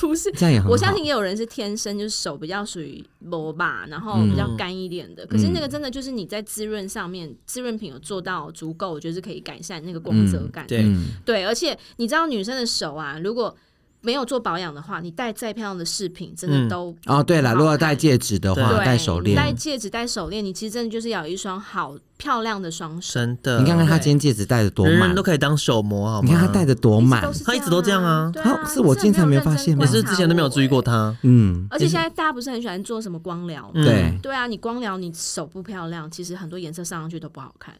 [SPEAKER 3] 不是，
[SPEAKER 4] 这样 也很好。
[SPEAKER 3] 我相信也有人是天生就是手比较属于磨吧，然
[SPEAKER 2] 嗯
[SPEAKER 3] 后比较干一点的。可是那个真的就是你在滋润上面，滋润品有做到足够，我觉得是可以改善那个光泽感。
[SPEAKER 2] 嗯对，
[SPEAKER 4] 嗯
[SPEAKER 3] 对，而且你知道女生的手啊，如果没有做保养的话，你戴再漂亮的饰品，真的
[SPEAKER 2] 嗯啊
[SPEAKER 3] 都
[SPEAKER 4] 哦，对了，
[SPEAKER 3] 好
[SPEAKER 4] 如果
[SPEAKER 3] 看
[SPEAKER 4] 戴戒指的话，
[SPEAKER 3] 对，
[SPEAKER 4] 戴手
[SPEAKER 3] 你戴
[SPEAKER 4] 链，
[SPEAKER 3] 戒指、戴手链，你其实真的就是要有一双好漂亮的双手，
[SPEAKER 2] 真的，
[SPEAKER 4] 你看看他今天戒指戴的多
[SPEAKER 2] 嗯人
[SPEAKER 4] 满
[SPEAKER 2] 人都，可以当手模，好吗？
[SPEAKER 4] 你看他戴的多
[SPEAKER 3] 一直
[SPEAKER 4] 满
[SPEAKER 3] 都，是
[SPEAKER 2] 他一直
[SPEAKER 3] 这
[SPEAKER 2] 都
[SPEAKER 3] 样
[SPEAKER 2] 这样啊
[SPEAKER 3] 对
[SPEAKER 4] 啊是我
[SPEAKER 3] 真的
[SPEAKER 4] 今天才没有
[SPEAKER 3] 认真
[SPEAKER 4] 发现吗
[SPEAKER 2] 你
[SPEAKER 3] 观
[SPEAKER 2] 是
[SPEAKER 3] 察
[SPEAKER 2] 之前都没有
[SPEAKER 3] 我
[SPEAKER 2] 注意过
[SPEAKER 3] 欸
[SPEAKER 2] 他，
[SPEAKER 4] 嗯，
[SPEAKER 3] 而且现在大家不是很喜欢做什么光疗吗？
[SPEAKER 2] 嗯
[SPEAKER 4] 对，
[SPEAKER 3] 对啊，你光疗你手不漂亮，其实很多颜色上上去都不好看。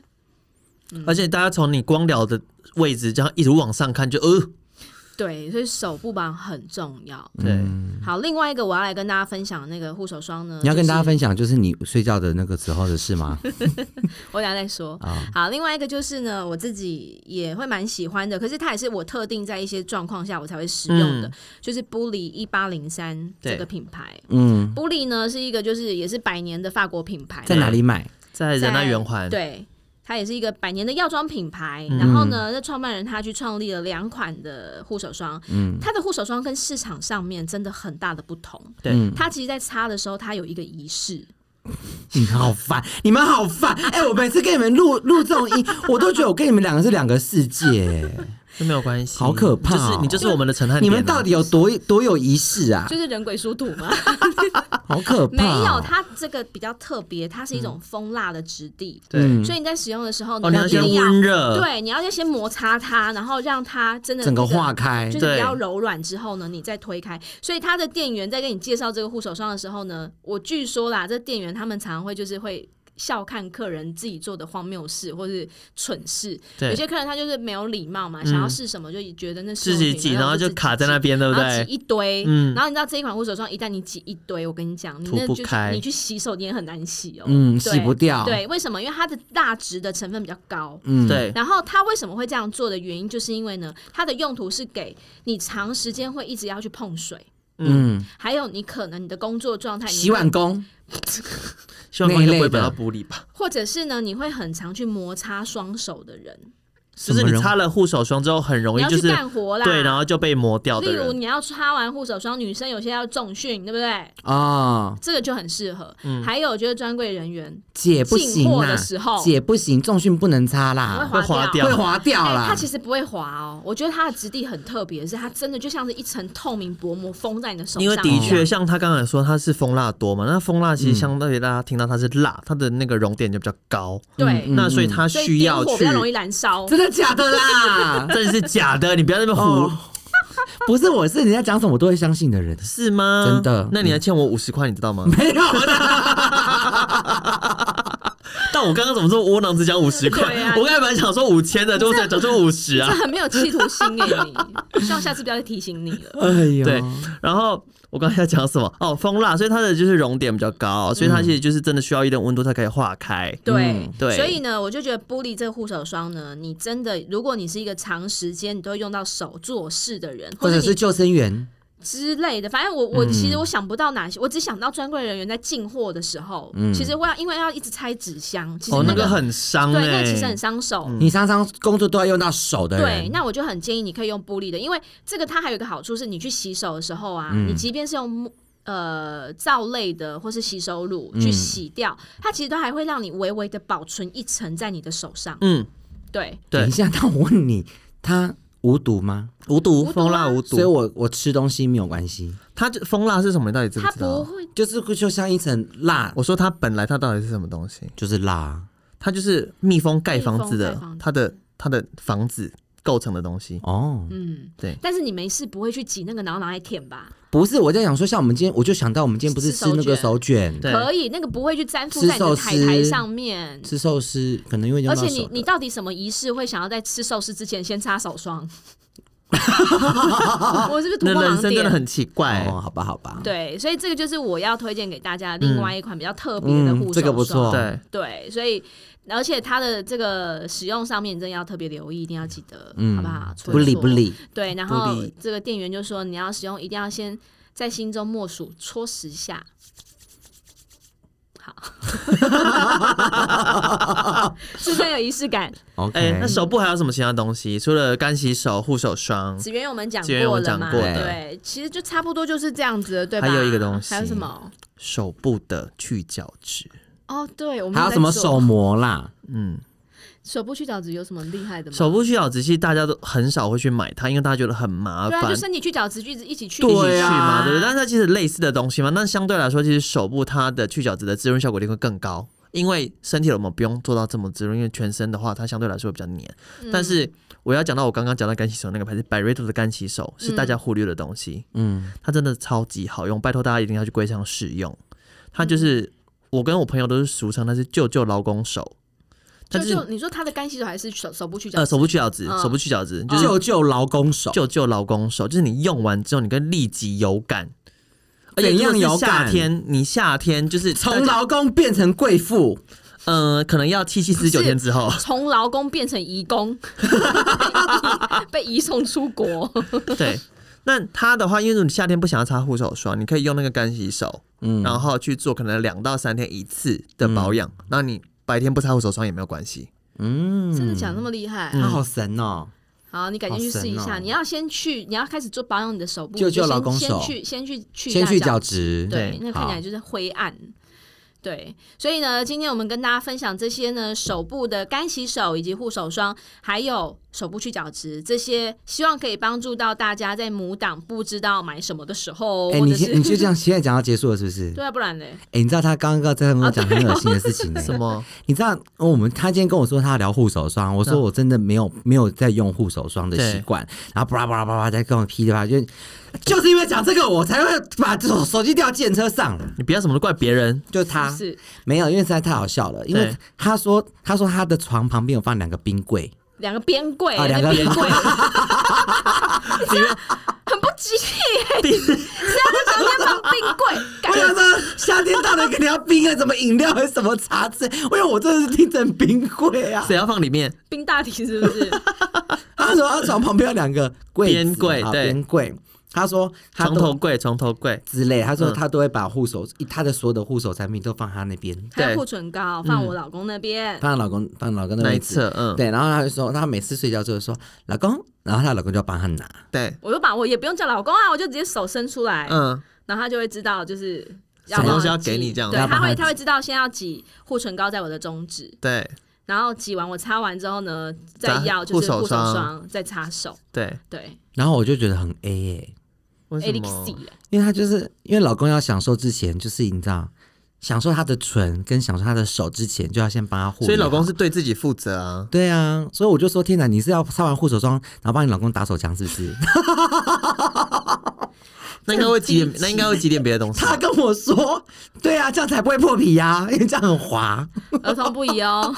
[SPEAKER 2] 而
[SPEAKER 3] 哦
[SPEAKER 2] 且大家从你光疗的位置这样一直往上看，就呃，
[SPEAKER 3] 对，所以手部保养很重要。
[SPEAKER 4] 嗯
[SPEAKER 2] 对，
[SPEAKER 3] 好，另外一个我要来跟大家分享的那个护手霜呢，
[SPEAKER 4] 你要跟大家
[SPEAKER 3] 享，
[SPEAKER 4] 分享就是你睡觉的那个时候的 事吗？
[SPEAKER 3] 我等一下再说。
[SPEAKER 4] 啊，
[SPEAKER 3] 好，另外一个就是呢，我自己也会蛮喜欢的，可是它也是我特定在一些状况下我才会使用的，
[SPEAKER 2] 嗯
[SPEAKER 3] 就是玻璃一八零三这个
[SPEAKER 2] 对
[SPEAKER 3] 品牌。
[SPEAKER 4] 嗯，
[SPEAKER 3] 玻璃呢是一个就是也是百年的法国品牌，
[SPEAKER 4] 在哪里买？
[SPEAKER 2] 在
[SPEAKER 3] 在
[SPEAKER 2] 仁爱圆环，
[SPEAKER 3] 对，它也是一个百年的药妆品牌。
[SPEAKER 2] 嗯
[SPEAKER 3] 然后呢，那创办人他去创立了两款的护手霜，嗯，它的护手霜跟市场上面真的很大的不同。
[SPEAKER 2] 对
[SPEAKER 4] 嗯
[SPEAKER 3] 它其实，在擦的时候，它有一个仪式，
[SPEAKER 4] 你们好烦，你们好烦！哎、我每次跟你们录录这种音， 我都觉得我跟你们两个是两个世界。
[SPEAKER 2] 这没有关系，
[SPEAKER 4] 好可怕
[SPEAKER 2] 就是
[SPEAKER 4] 哦
[SPEAKER 2] 你就是我们的陈汉典啊，
[SPEAKER 4] 你们到底有多多有仪式啊？
[SPEAKER 3] 就是人鬼殊途 嘛。
[SPEAKER 4] 好可
[SPEAKER 3] 没
[SPEAKER 4] 怕、
[SPEAKER 3] 有，，
[SPEAKER 4] 哦
[SPEAKER 3] 它这个比较特别，它是一种蜂蜡的质地，
[SPEAKER 2] 对，
[SPEAKER 3] 所以你在使用的时候，
[SPEAKER 2] 嗯哦，你要
[SPEAKER 3] 一定
[SPEAKER 2] 先
[SPEAKER 3] 要
[SPEAKER 2] 温热，
[SPEAKER 3] 对，你要先摩擦它，然后让它真的
[SPEAKER 4] 整个
[SPEAKER 3] 这
[SPEAKER 4] 化开
[SPEAKER 3] 就是比
[SPEAKER 2] 对
[SPEAKER 3] 较柔软之后呢，你再推开。所以他的店员在跟你介绍这个护手霜的时候呢，我据说啦，这店员他们常常会就是会。笑看客人自己做的荒谬事或是蠢事，
[SPEAKER 2] 对嗯
[SPEAKER 3] 有些客人他就是没有礼貌嘛，想要试什么就觉得那是
[SPEAKER 2] 自己挤，然后就卡在那边，对不
[SPEAKER 3] 然后
[SPEAKER 2] 对
[SPEAKER 3] 挤？一堆，
[SPEAKER 2] 嗯
[SPEAKER 3] 然后你知道这一款护手霜，一旦你挤一堆，我跟你讲，你
[SPEAKER 2] 涂
[SPEAKER 3] 那
[SPEAKER 2] 不
[SPEAKER 3] 就是
[SPEAKER 2] 开
[SPEAKER 3] 你去洗手你也很难洗哦，
[SPEAKER 4] 嗯，
[SPEAKER 3] 对
[SPEAKER 4] 洗不掉。，
[SPEAKER 3] 对，为什么？因为它的蜡质的成分比较高，
[SPEAKER 4] 嗯，
[SPEAKER 2] 对，
[SPEAKER 3] 然后它为什么会这样做的原因，就是因为呢，它的用途是给你长时间会一直要去碰水，
[SPEAKER 4] 嗯，
[SPEAKER 3] 还有你可能你的工作状态，你会
[SPEAKER 4] 洗碗工，
[SPEAKER 2] 希望观众不
[SPEAKER 4] 那一类
[SPEAKER 2] 会
[SPEAKER 4] 的
[SPEAKER 2] 把它补理吧。
[SPEAKER 3] 或者是呢，你会很常去摩擦双手的人，
[SPEAKER 2] 就是
[SPEAKER 4] 什
[SPEAKER 2] 你
[SPEAKER 4] 么人
[SPEAKER 2] 擦了护手霜之后，很容
[SPEAKER 3] 你
[SPEAKER 2] 易
[SPEAKER 3] 要
[SPEAKER 2] 就是
[SPEAKER 3] 去干活啦，
[SPEAKER 2] 对，然后就被磨掉
[SPEAKER 3] 例
[SPEAKER 2] 的
[SPEAKER 3] 如
[SPEAKER 2] 人，
[SPEAKER 3] 你要擦完护手霜，女生有些要重训，对不对？
[SPEAKER 4] 哦，
[SPEAKER 3] 这个就很适合。
[SPEAKER 2] 嗯
[SPEAKER 3] 还有就是专柜人员
[SPEAKER 4] 姐不行
[SPEAKER 3] 进货
[SPEAKER 4] 啊
[SPEAKER 3] 的，时候，
[SPEAKER 4] 姐不行，重训不能擦
[SPEAKER 3] 会
[SPEAKER 4] 啦，
[SPEAKER 2] 啊会
[SPEAKER 3] 滑
[SPEAKER 2] 滑
[SPEAKER 3] 掉
[SPEAKER 2] 掉
[SPEAKER 4] 会滑掉
[SPEAKER 3] 哎、它
[SPEAKER 4] 啦。
[SPEAKER 3] 其实不会滑哦，我觉得它的质地很特别，是它真的就像是一层透明薄膜封在你的手上一
[SPEAKER 2] 因
[SPEAKER 3] 哦
[SPEAKER 2] 为
[SPEAKER 3] 样。
[SPEAKER 2] 的确像他刚才说，它是蜂蜡多嘛，那蜂蜡
[SPEAKER 4] 嗯
[SPEAKER 2] 其实相对于大家听到它是蜡，它的那个熔点就比较高，
[SPEAKER 3] 对，
[SPEAKER 4] 嗯
[SPEAKER 2] 那所以它
[SPEAKER 3] 所以
[SPEAKER 2] 需要
[SPEAKER 3] 点火
[SPEAKER 2] 去？
[SPEAKER 3] 比较，容易燃烧。
[SPEAKER 4] 真的假的啦
[SPEAKER 2] 这是假的，你不要在那边胡
[SPEAKER 4] 哦， 不是，我是人家讲什么我都会相信的人，
[SPEAKER 2] 是吗？
[SPEAKER 4] 真的
[SPEAKER 2] 那你还欠我五十块，你知 道吗？
[SPEAKER 4] 没有啊啦。
[SPEAKER 2] 但我刚刚怎么这么窝囊，只讲五十块
[SPEAKER 3] 对啊？
[SPEAKER 2] 我刚才本来想说五千的，就是讲说五十
[SPEAKER 3] 这
[SPEAKER 2] 啊。
[SPEAKER 3] 很没有企图心哎、你希望下次不要再提醒你了。
[SPEAKER 4] 哎呦，
[SPEAKER 2] 对 然后我刚才要讲什么？哦，蜂蜡，所以它的就是熔点比较高，啊所以它其实就是真的需要一定温度，它可以化开。嗯
[SPEAKER 3] 嗯对、
[SPEAKER 2] 对
[SPEAKER 3] 所以呢，我就觉得玻璃这个护手霜呢，你真的，如果你是一个长时间你都会用到手做事的人，
[SPEAKER 4] 或
[SPEAKER 3] 者
[SPEAKER 4] 者是
[SPEAKER 3] 你
[SPEAKER 4] 救生员，
[SPEAKER 3] 之类的，反正我我其实我想不到哪些，我只想到专柜人员在进货的时候，其实我要因为要一直拆纸箱，其实
[SPEAKER 2] 哦，
[SPEAKER 3] 那
[SPEAKER 2] 那
[SPEAKER 3] 个、
[SPEAKER 2] 个很伤
[SPEAKER 3] 对，
[SPEAKER 2] 哎、
[SPEAKER 3] 那个其实很伤手。
[SPEAKER 4] 你常常工作都要用到手的
[SPEAKER 3] 对，
[SPEAKER 4] 人，
[SPEAKER 2] 嗯
[SPEAKER 3] 那我就很建议你可以用玻璃的，因为这个它还有一个好处是，你去洗手的时候啊，
[SPEAKER 2] 嗯
[SPEAKER 3] 你即便是用木呃皂类的或是洗手
[SPEAKER 2] 嗯
[SPEAKER 3] 乳去洗掉，它其实都还会让你微微的保存一层在你的手上。
[SPEAKER 2] 嗯，
[SPEAKER 3] 对，
[SPEAKER 4] 等
[SPEAKER 2] 对
[SPEAKER 4] 一下，那我问你，它无毒吗？
[SPEAKER 2] 无
[SPEAKER 3] 无毒
[SPEAKER 2] 毒
[SPEAKER 3] 啊
[SPEAKER 2] 蜂蜡无
[SPEAKER 4] 所以
[SPEAKER 2] 毒，
[SPEAKER 4] 我我吃东西没有关系，
[SPEAKER 2] 它就蜂蜡是什么？你到底知不
[SPEAKER 3] 它
[SPEAKER 2] 知道
[SPEAKER 3] 不？会。
[SPEAKER 4] 就是会就像一层蜡，
[SPEAKER 2] 我说它本来它到底是什么东西？
[SPEAKER 4] 就是蜡
[SPEAKER 2] 它就是蜜蜂盖房子
[SPEAKER 3] 蜜
[SPEAKER 2] 的
[SPEAKER 3] 蜂盖房子，
[SPEAKER 2] 它的它的房子构成的东西。
[SPEAKER 4] 哦。
[SPEAKER 3] 嗯，
[SPEAKER 2] 对
[SPEAKER 3] 但是你没事不会去挤那个，然后拿来舔吧？
[SPEAKER 4] 不是，我在想说，像我们今天，我就想到我们今天不是
[SPEAKER 3] 吃
[SPEAKER 4] 吃
[SPEAKER 3] 手
[SPEAKER 4] 那个
[SPEAKER 3] 卷
[SPEAKER 4] 手卷，
[SPEAKER 2] 对
[SPEAKER 3] 可以，那个不会去粘附
[SPEAKER 4] 吃
[SPEAKER 3] 在你的
[SPEAKER 4] 寿
[SPEAKER 3] 台台
[SPEAKER 4] 司
[SPEAKER 3] 上面。
[SPEAKER 4] 吃寿司，可能因为用
[SPEAKER 3] 而
[SPEAKER 4] 到
[SPEAKER 3] 且
[SPEAKER 4] 手
[SPEAKER 3] 你
[SPEAKER 4] 的
[SPEAKER 3] 你到底什么仪式会想要在吃寿司之前先擦手 霜？我是不是突
[SPEAKER 2] 那
[SPEAKER 3] 破
[SPEAKER 2] 人
[SPEAKER 3] 盲
[SPEAKER 2] 生真
[SPEAKER 3] 点
[SPEAKER 2] 的？很奇怪、欸
[SPEAKER 4] 哦，好吧，好吧，，
[SPEAKER 3] 对，所以这个就是我要推荐给大家另外一款比较特别的护手霜、
[SPEAKER 4] 嗯嗯这个不错
[SPEAKER 2] 对，
[SPEAKER 3] 对，所以而且它的这个使用上面，你真的要特别留意，一定要记得，
[SPEAKER 4] 嗯
[SPEAKER 3] 好不好？
[SPEAKER 4] 不理不
[SPEAKER 3] 搓一搓。
[SPEAKER 4] 理，
[SPEAKER 3] 对，然
[SPEAKER 2] 不
[SPEAKER 3] 后
[SPEAKER 2] 理
[SPEAKER 3] 这个店员就说，你要使用，一定要先在心中默数搓十下。好， 是不是很有仪式感？
[SPEAKER 4] ，OK，、
[SPEAKER 2] 哎、那手部还有什么其他东西？除了干洗手、护手霜，
[SPEAKER 3] 子源我们讲
[SPEAKER 2] 子源
[SPEAKER 3] 过
[SPEAKER 2] 我
[SPEAKER 3] 了
[SPEAKER 2] 讲
[SPEAKER 3] 嘛，
[SPEAKER 2] 过
[SPEAKER 4] 的
[SPEAKER 3] 对，其实就差不多就是这样子了，对吧？
[SPEAKER 2] 还有一个东西
[SPEAKER 3] 还有什么？
[SPEAKER 2] 手部的去角质，
[SPEAKER 3] 哦，对，我们
[SPEAKER 4] 哎还有
[SPEAKER 3] 在
[SPEAKER 4] 什么
[SPEAKER 3] 做
[SPEAKER 4] 手膜啦？
[SPEAKER 2] 嗯，
[SPEAKER 3] 手部去角质有什么厉害的吗？
[SPEAKER 2] 手部去角质器大家都很少会去买它，因为大家觉得很麻
[SPEAKER 3] 对啊，
[SPEAKER 2] 烦
[SPEAKER 3] 就。身体去角质去一起去，
[SPEAKER 2] 一
[SPEAKER 4] 呃对
[SPEAKER 2] 起去嘛，
[SPEAKER 4] 啊
[SPEAKER 2] 对不对？但是它其实类似的东西嘛，那相对来说，其实手部它的去角质的滋润效果一定会更高，因为身体的我们不用做到这么滋润，因为全身的话，它相对来说比较黏。
[SPEAKER 3] 嗯
[SPEAKER 2] 但是我要讲到我刚刚讲到干洗手那个牌子，百瑞特的干洗手是大家忽略的东西，
[SPEAKER 4] 嗯，
[SPEAKER 2] 它真的超级好用，拜托大家一定要去柜上试用。它就是我跟我朋友都是俗称它是舅舅劳工手，它
[SPEAKER 3] 就
[SPEAKER 2] 就是
[SPEAKER 3] 就你说他的干洗手还是手手部去角质？
[SPEAKER 2] 呃手部去角质，
[SPEAKER 3] 嗯
[SPEAKER 2] 手部去角质就是
[SPEAKER 4] 救救劳工手，
[SPEAKER 2] 舅舅劳工手，就是你用完之后你跟立即有感。而且
[SPEAKER 4] 怎哎样
[SPEAKER 2] 如果
[SPEAKER 4] 有
[SPEAKER 2] 是夏
[SPEAKER 4] 感
[SPEAKER 2] 天，你夏天就是
[SPEAKER 4] 从劳工变成贵妇，
[SPEAKER 2] 呃，可能要七七四十九
[SPEAKER 3] 是
[SPEAKER 2] 天之后，
[SPEAKER 3] 从劳工变成移 工，被移送出国。
[SPEAKER 2] 对，那它的话，因为如果你夏天不想要擦护手霜，你可以用那个干洗手，
[SPEAKER 4] 嗯
[SPEAKER 2] 然后去做可能两到三天一次的保养。那、你白天不擦护手霜也没有关系。
[SPEAKER 4] 嗯，
[SPEAKER 3] 真的讲那么厉害？啊
[SPEAKER 4] 他好神哦，
[SPEAKER 3] 好，你改天去试一
[SPEAKER 4] 好神
[SPEAKER 3] 下。
[SPEAKER 4] 哦
[SPEAKER 3] 你要先去，你要开始做保养你的手部，
[SPEAKER 4] 就
[SPEAKER 3] 你就
[SPEAKER 4] 就
[SPEAKER 3] 先
[SPEAKER 4] 劳工
[SPEAKER 3] 先
[SPEAKER 4] 手
[SPEAKER 3] 去先去去
[SPEAKER 4] 先去
[SPEAKER 3] 大
[SPEAKER 4] 角质，哎
[SPEAKER 2] 对，
[SPEAKER 3] 对那看起
[SPEAKER 4] 好
[SPEAKER 3] 来就是灰暗。对，所以呢，今天我们跟大家分享这些呢，手部的干洗手以及护手霜，还有手部去角质这些，希望可以帮助到大家在母党不知道买什么的时候，
[SPEAKER 4] 哎，
[SPEAKER 3] 或
[SPEAKER 4] 你
[SPEAKER 3] 者是
[SPEAKER 4] 先你就这样现在讲到结束了是不 是？
[SPEAKER 3] 对啊，不然嘞，
[SPEAKER 4] 哎，你知道他刚刚在跟我讲很恶心的事情呢？
[SPEAKER 2] 什么？
[SPEAKER 4] 你知道哦我们他今天跟我说他聊护手霜，我说
[SPEAKER 2] 嗯
[SPEAKER 4] 我真的没有没有在用护手霜的
[SPEAKER 2] 对
[SPEAKER 4] 习惯，然后巴拉巴拉巴拉在跟我噼里啪啦，就就是因为讲这个我才会把手手机掉电车上，
[SPEAKER 2] 你不要什么都怪别人。
[SPEAKER 4] 就他
[SPEAKER 3] 是
[SPEAKER 4] 没有，因为实在太好笑了，因为
[SPEAKER 2] 对
[SPEAKER 4] 他说他说他的床旁边有放两个冰柜，
[SPEAKER 3] 两个边柜，
[SPEAKER 4] 啊
[SPEAKER 3] 那
[SPEAKER 4] 两个
[SPEAKER 3] 边
[SPEAKER 4] 边
[SPEAKER 3] 柜， 很不吉利 欸，谁要在旁边放冰柜？
[SPEAKER 4] 我
[SPEAKER 3] 感
[SPEAKER 4] 想说夏天到了肯定要冰啊，什么饮料还是什么茶之类，因为我真的是听成冰 柜啊。
[SPEAKER 2] 谁要放里面？
[SPEAKER 3] 冰大体是不 是？
[SPEAKER 4] 他说他床旁边有两个柜子
[SPEAKER 2] 边柜
[SPEAKER 4] 啊
[SPEAKER 2] 对
[SPEAKER 4] 边柜，他说他
[SPEAKER 2] 床
[SPEAKER 4] 都
[SPEAKER 2] 头柜，床头柜。
[SPEAKER 4] 之类，他说
[SPEAKER 2] 嗯
[SPEAKER 4] 他都会把护手、他的所有的护手产品都放他那边，
[SPEAKER 3] 还有
[SPEAKER 2] 对
[SPEAKER 3] 护唇膏
[SPEAKER 4] 嗯
[SPEAKER 3] 放我老公那边，
[SPEAKER 4] 放老公放老公的
[SPEAKER 2] 那
[SPEAKER 4] 位
[SPEAKER 2] 一
[SPEAKER 4] 置
[SPEAKER 2] 侧，嗯，
[SPEAKER 4] 对，然后他就说他每次睡觉就会说老公，然后她老公就要帮他拿，
[SPEAKER 2] 对，
[SPEAKER 3] 我就把我也不用叫老公啊，我就直接手伸出来，
[SPEAKER 2] 嗯，
[SPEAKER 3] 然后他就会知道就是要
[SPEAKER 2] 什么东西
[SPEAKER 3] 帮我
[SPEAKER 2] 要给
[SPEAKER 3] 挤
[SPEAKER 2] 你这样
[SPEAKER 3] 对，
[SPEAKER 4] 要
[SPEAKER 3] 他
[SPEAKER 4] 帮他
[SPEAKER 3] 会
[SPEAKER 4] 挤
[SPEAKER 3] 他会知道先要挤护唇膏在我的中指，
[SPEAKER 2] 对
[SPEAKER 3] 然后挤完我擦完之后呢，再
[SPEAKER 2] 再
[SPEAKER 3] 要
[SPEAKER 2] 护
[SPEAKER 3] 就是
[SPEAKER 2] 手
[SPEAKER 3] 护手
[SPEAKER 2] 霜
[SPEAKER 3] 霜，再擦手，
[SPEAKER 2] 对。
[SPEAKER 3] 对
[SPEAKER 4] 然后我就觉得很 A 耶、
[SPEAKER 2] 为什么？
[SPEAKER 3] ，elixir
[SPEAKER 4] 因为他就是因为老公要享受之前，就是你知道享受他的唇跟享受他的手之前，就要先帮他护理好，
[SPEAKER 2] 所以老公是对自己负责啊。
[SPEAKER 4] 对啊，所以我就说天哪，你是要擦完护手霜，然后帮你老公打手枪是不是？
[SPEAKER 2] 那应该会挤点
[SPEAKER 3] 很低，级
[SPEAKER 2] 那应该会挤点别的东西吧。
[SPEAKER 4] 他跟我说，对啊，这样才不会破皮呀、 因为这样很滑。
[SPEAKER 3] 儿童不 宜哦，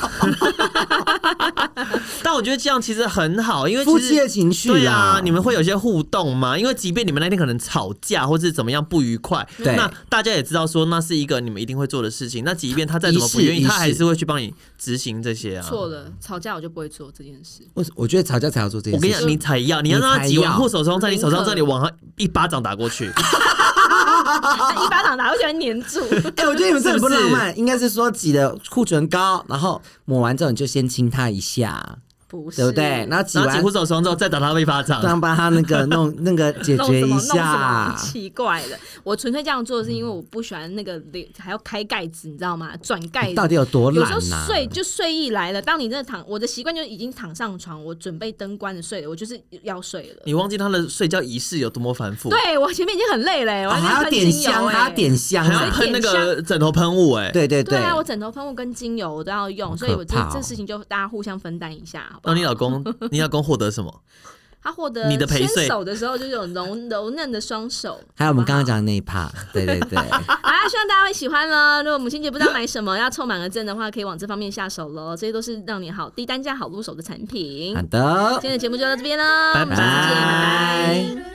[SPEAKER 2] 但我觉得这样其实很好，因为
[SPEAKER 4] 夫
[SPEAKER 2] 其
[SPEAKER 4] 妻
[SPEAKER 2] 实
[SPEAKER 4] 的情绪
[SPEAKER 2] 对
[SPEAKER 4] 啊
[SPEAKER 2] 啊，你们会有一些互动嘛？因为即便你们那天可能吵架或是怎么样不愉快，
[SPEAKER 4] 对
[SPEAKER 2] 那大家也知道说那是一个你们一定会做的事情。那即便他再怎么不愿
[SPEAKER 4] 仪
[SPEAKER 2] 意，
[SPEAKER 4] 式
[SPEAKER 2] 他还是会去帮你执行这些啊。
[SPEAKER 3] 错了，吵架我就不会做这件事，
[SPEAKER 4] 我我觉得吵架才要做这
[SPEAKER 2] 我
[SPEAKER 4] 件事
[SPEAKER 2] 跟
[SPEAKER 4] 情。
[SPEAKER 2] 你讲，你才要，你要
[SPEAKER 4] 你才
[SPEAKER 2] 让他挤完
[SPEAKER 4] 要
[SPEAKER 2] 护手霜在你手上
[SPEAKER 3] 宁可
[SPEAKER 2] 这里往他一巴掌打过去，啊
[SPEAKER 3] 一巴掌打过去还粘 住，
[SPEAKER 4] 哎、我觉得你们这很
[SPEAKER 2] 是不
[SPEAKER 4] 不
[SPEAKER 2] 是
[SPEAKER 4] 浪漫，应该是说挤了护唇膏，然后抹完之后你就先亲他一下，
[SPEAKER 3] 不是
[SPEAKER 4] 对不对？然后挤
[SPEAKER 2] 然后
[SPEAKER 4] 完
[SPEAKER 2] 挤护，手霜之后再打他一巴
[SPEAKER 4] 这
[SPEAKER 2] 掌。
[SPEAKER 4] 样帮他那个弄那个解
[SPEAKER 3] 弄
[SPEAKER 4] 决
[SPEAKER 3] 什么
[SPEAKER 4] 一
[SPEAKER 3] 弄什么
[SPEAKER 4] 下。
[SPEAKER 3] 奇怪的，我纯粹这样做是因为我不喜欢那个脸还要开盖子，你知道吗？转盖
[SPEAKER 4] 你
[SPEAKER 3] 子
[SPEAKER 4] 到底有多
[SPEAKER 3] 有
[SPEAKER 4] 懒啊
[SPEAKER 3] 时候
[SPEAKER 4] 呐、
[SPEAKER 3] 睡就睡意来了，当你真的躺，我的习惯就已经躺上床，我准备灯关着睡了，我就是要睡了。
[SPEAKER 2] 你忘记他的睡觉仪式有多么繁复，
[SPEAKER 3] 对我前面已经很累了、欸，我
[SPEAKER 4] 啊
[SPEAKER 3] 还
[SPEAKER 4] 还
[SPEAKER 3] 在
[SPEAKER 4] 要
[SPEAKER 3] 喷
[SPEAKER 4] 点
[SPEAKER 3] 精油、
[SPEAKER 4] 香，
[SPEAKER 3] 欸
[SPEAKER 4] 还要。点香
[SPEAKER 2] 还要
[SPEAKER 4] 啊！
[SPEAKER 2] 喷那个枕头喷雾，哎，
[SPEAKER 4] 对对
[SPEAKER 3] 对啊，我枕头喷雾跟精油我都要用，所以我这、
[SPEAKER 4] 好可怕哦哦
[SPEAKER 3] 这事情就大家互相分担一下，好不
[SPEAKER 2] 那
[SPEAKER 3] 好？
[SPEAKER 2] 你老公，你老公获得什么？
[SPEAKER 3] 他获得
[SPEAKER 2] 你的陪
[SPEAKER 3] 牵
[SPEAKER 2] 睡
[SPEAKER 3] 手的时候就是有柔柔嫩的双手。
[SPEAKER 4] 还有我们刚刚
[SPEAKER 3] 好
[SPEAKER 4] 讲的那一 part，对对对，
[SPEAKER 3] 不好啊，希望大家会喜欢了。如果母亲节不知道买什么，要凑满额赠的话，可以往这方面下手喽。这些都是让你好低单价、好入手的产品
[SPEAKER 4] 好。的
[SPEAKER 3] 今。天的节目就到这边啦，
[SPEAKER 2] 拜
[SPEAKER 3] 我们下次见，拜拜
[SPEAKER 4] 拜。
[SPEAKER 1] Bye.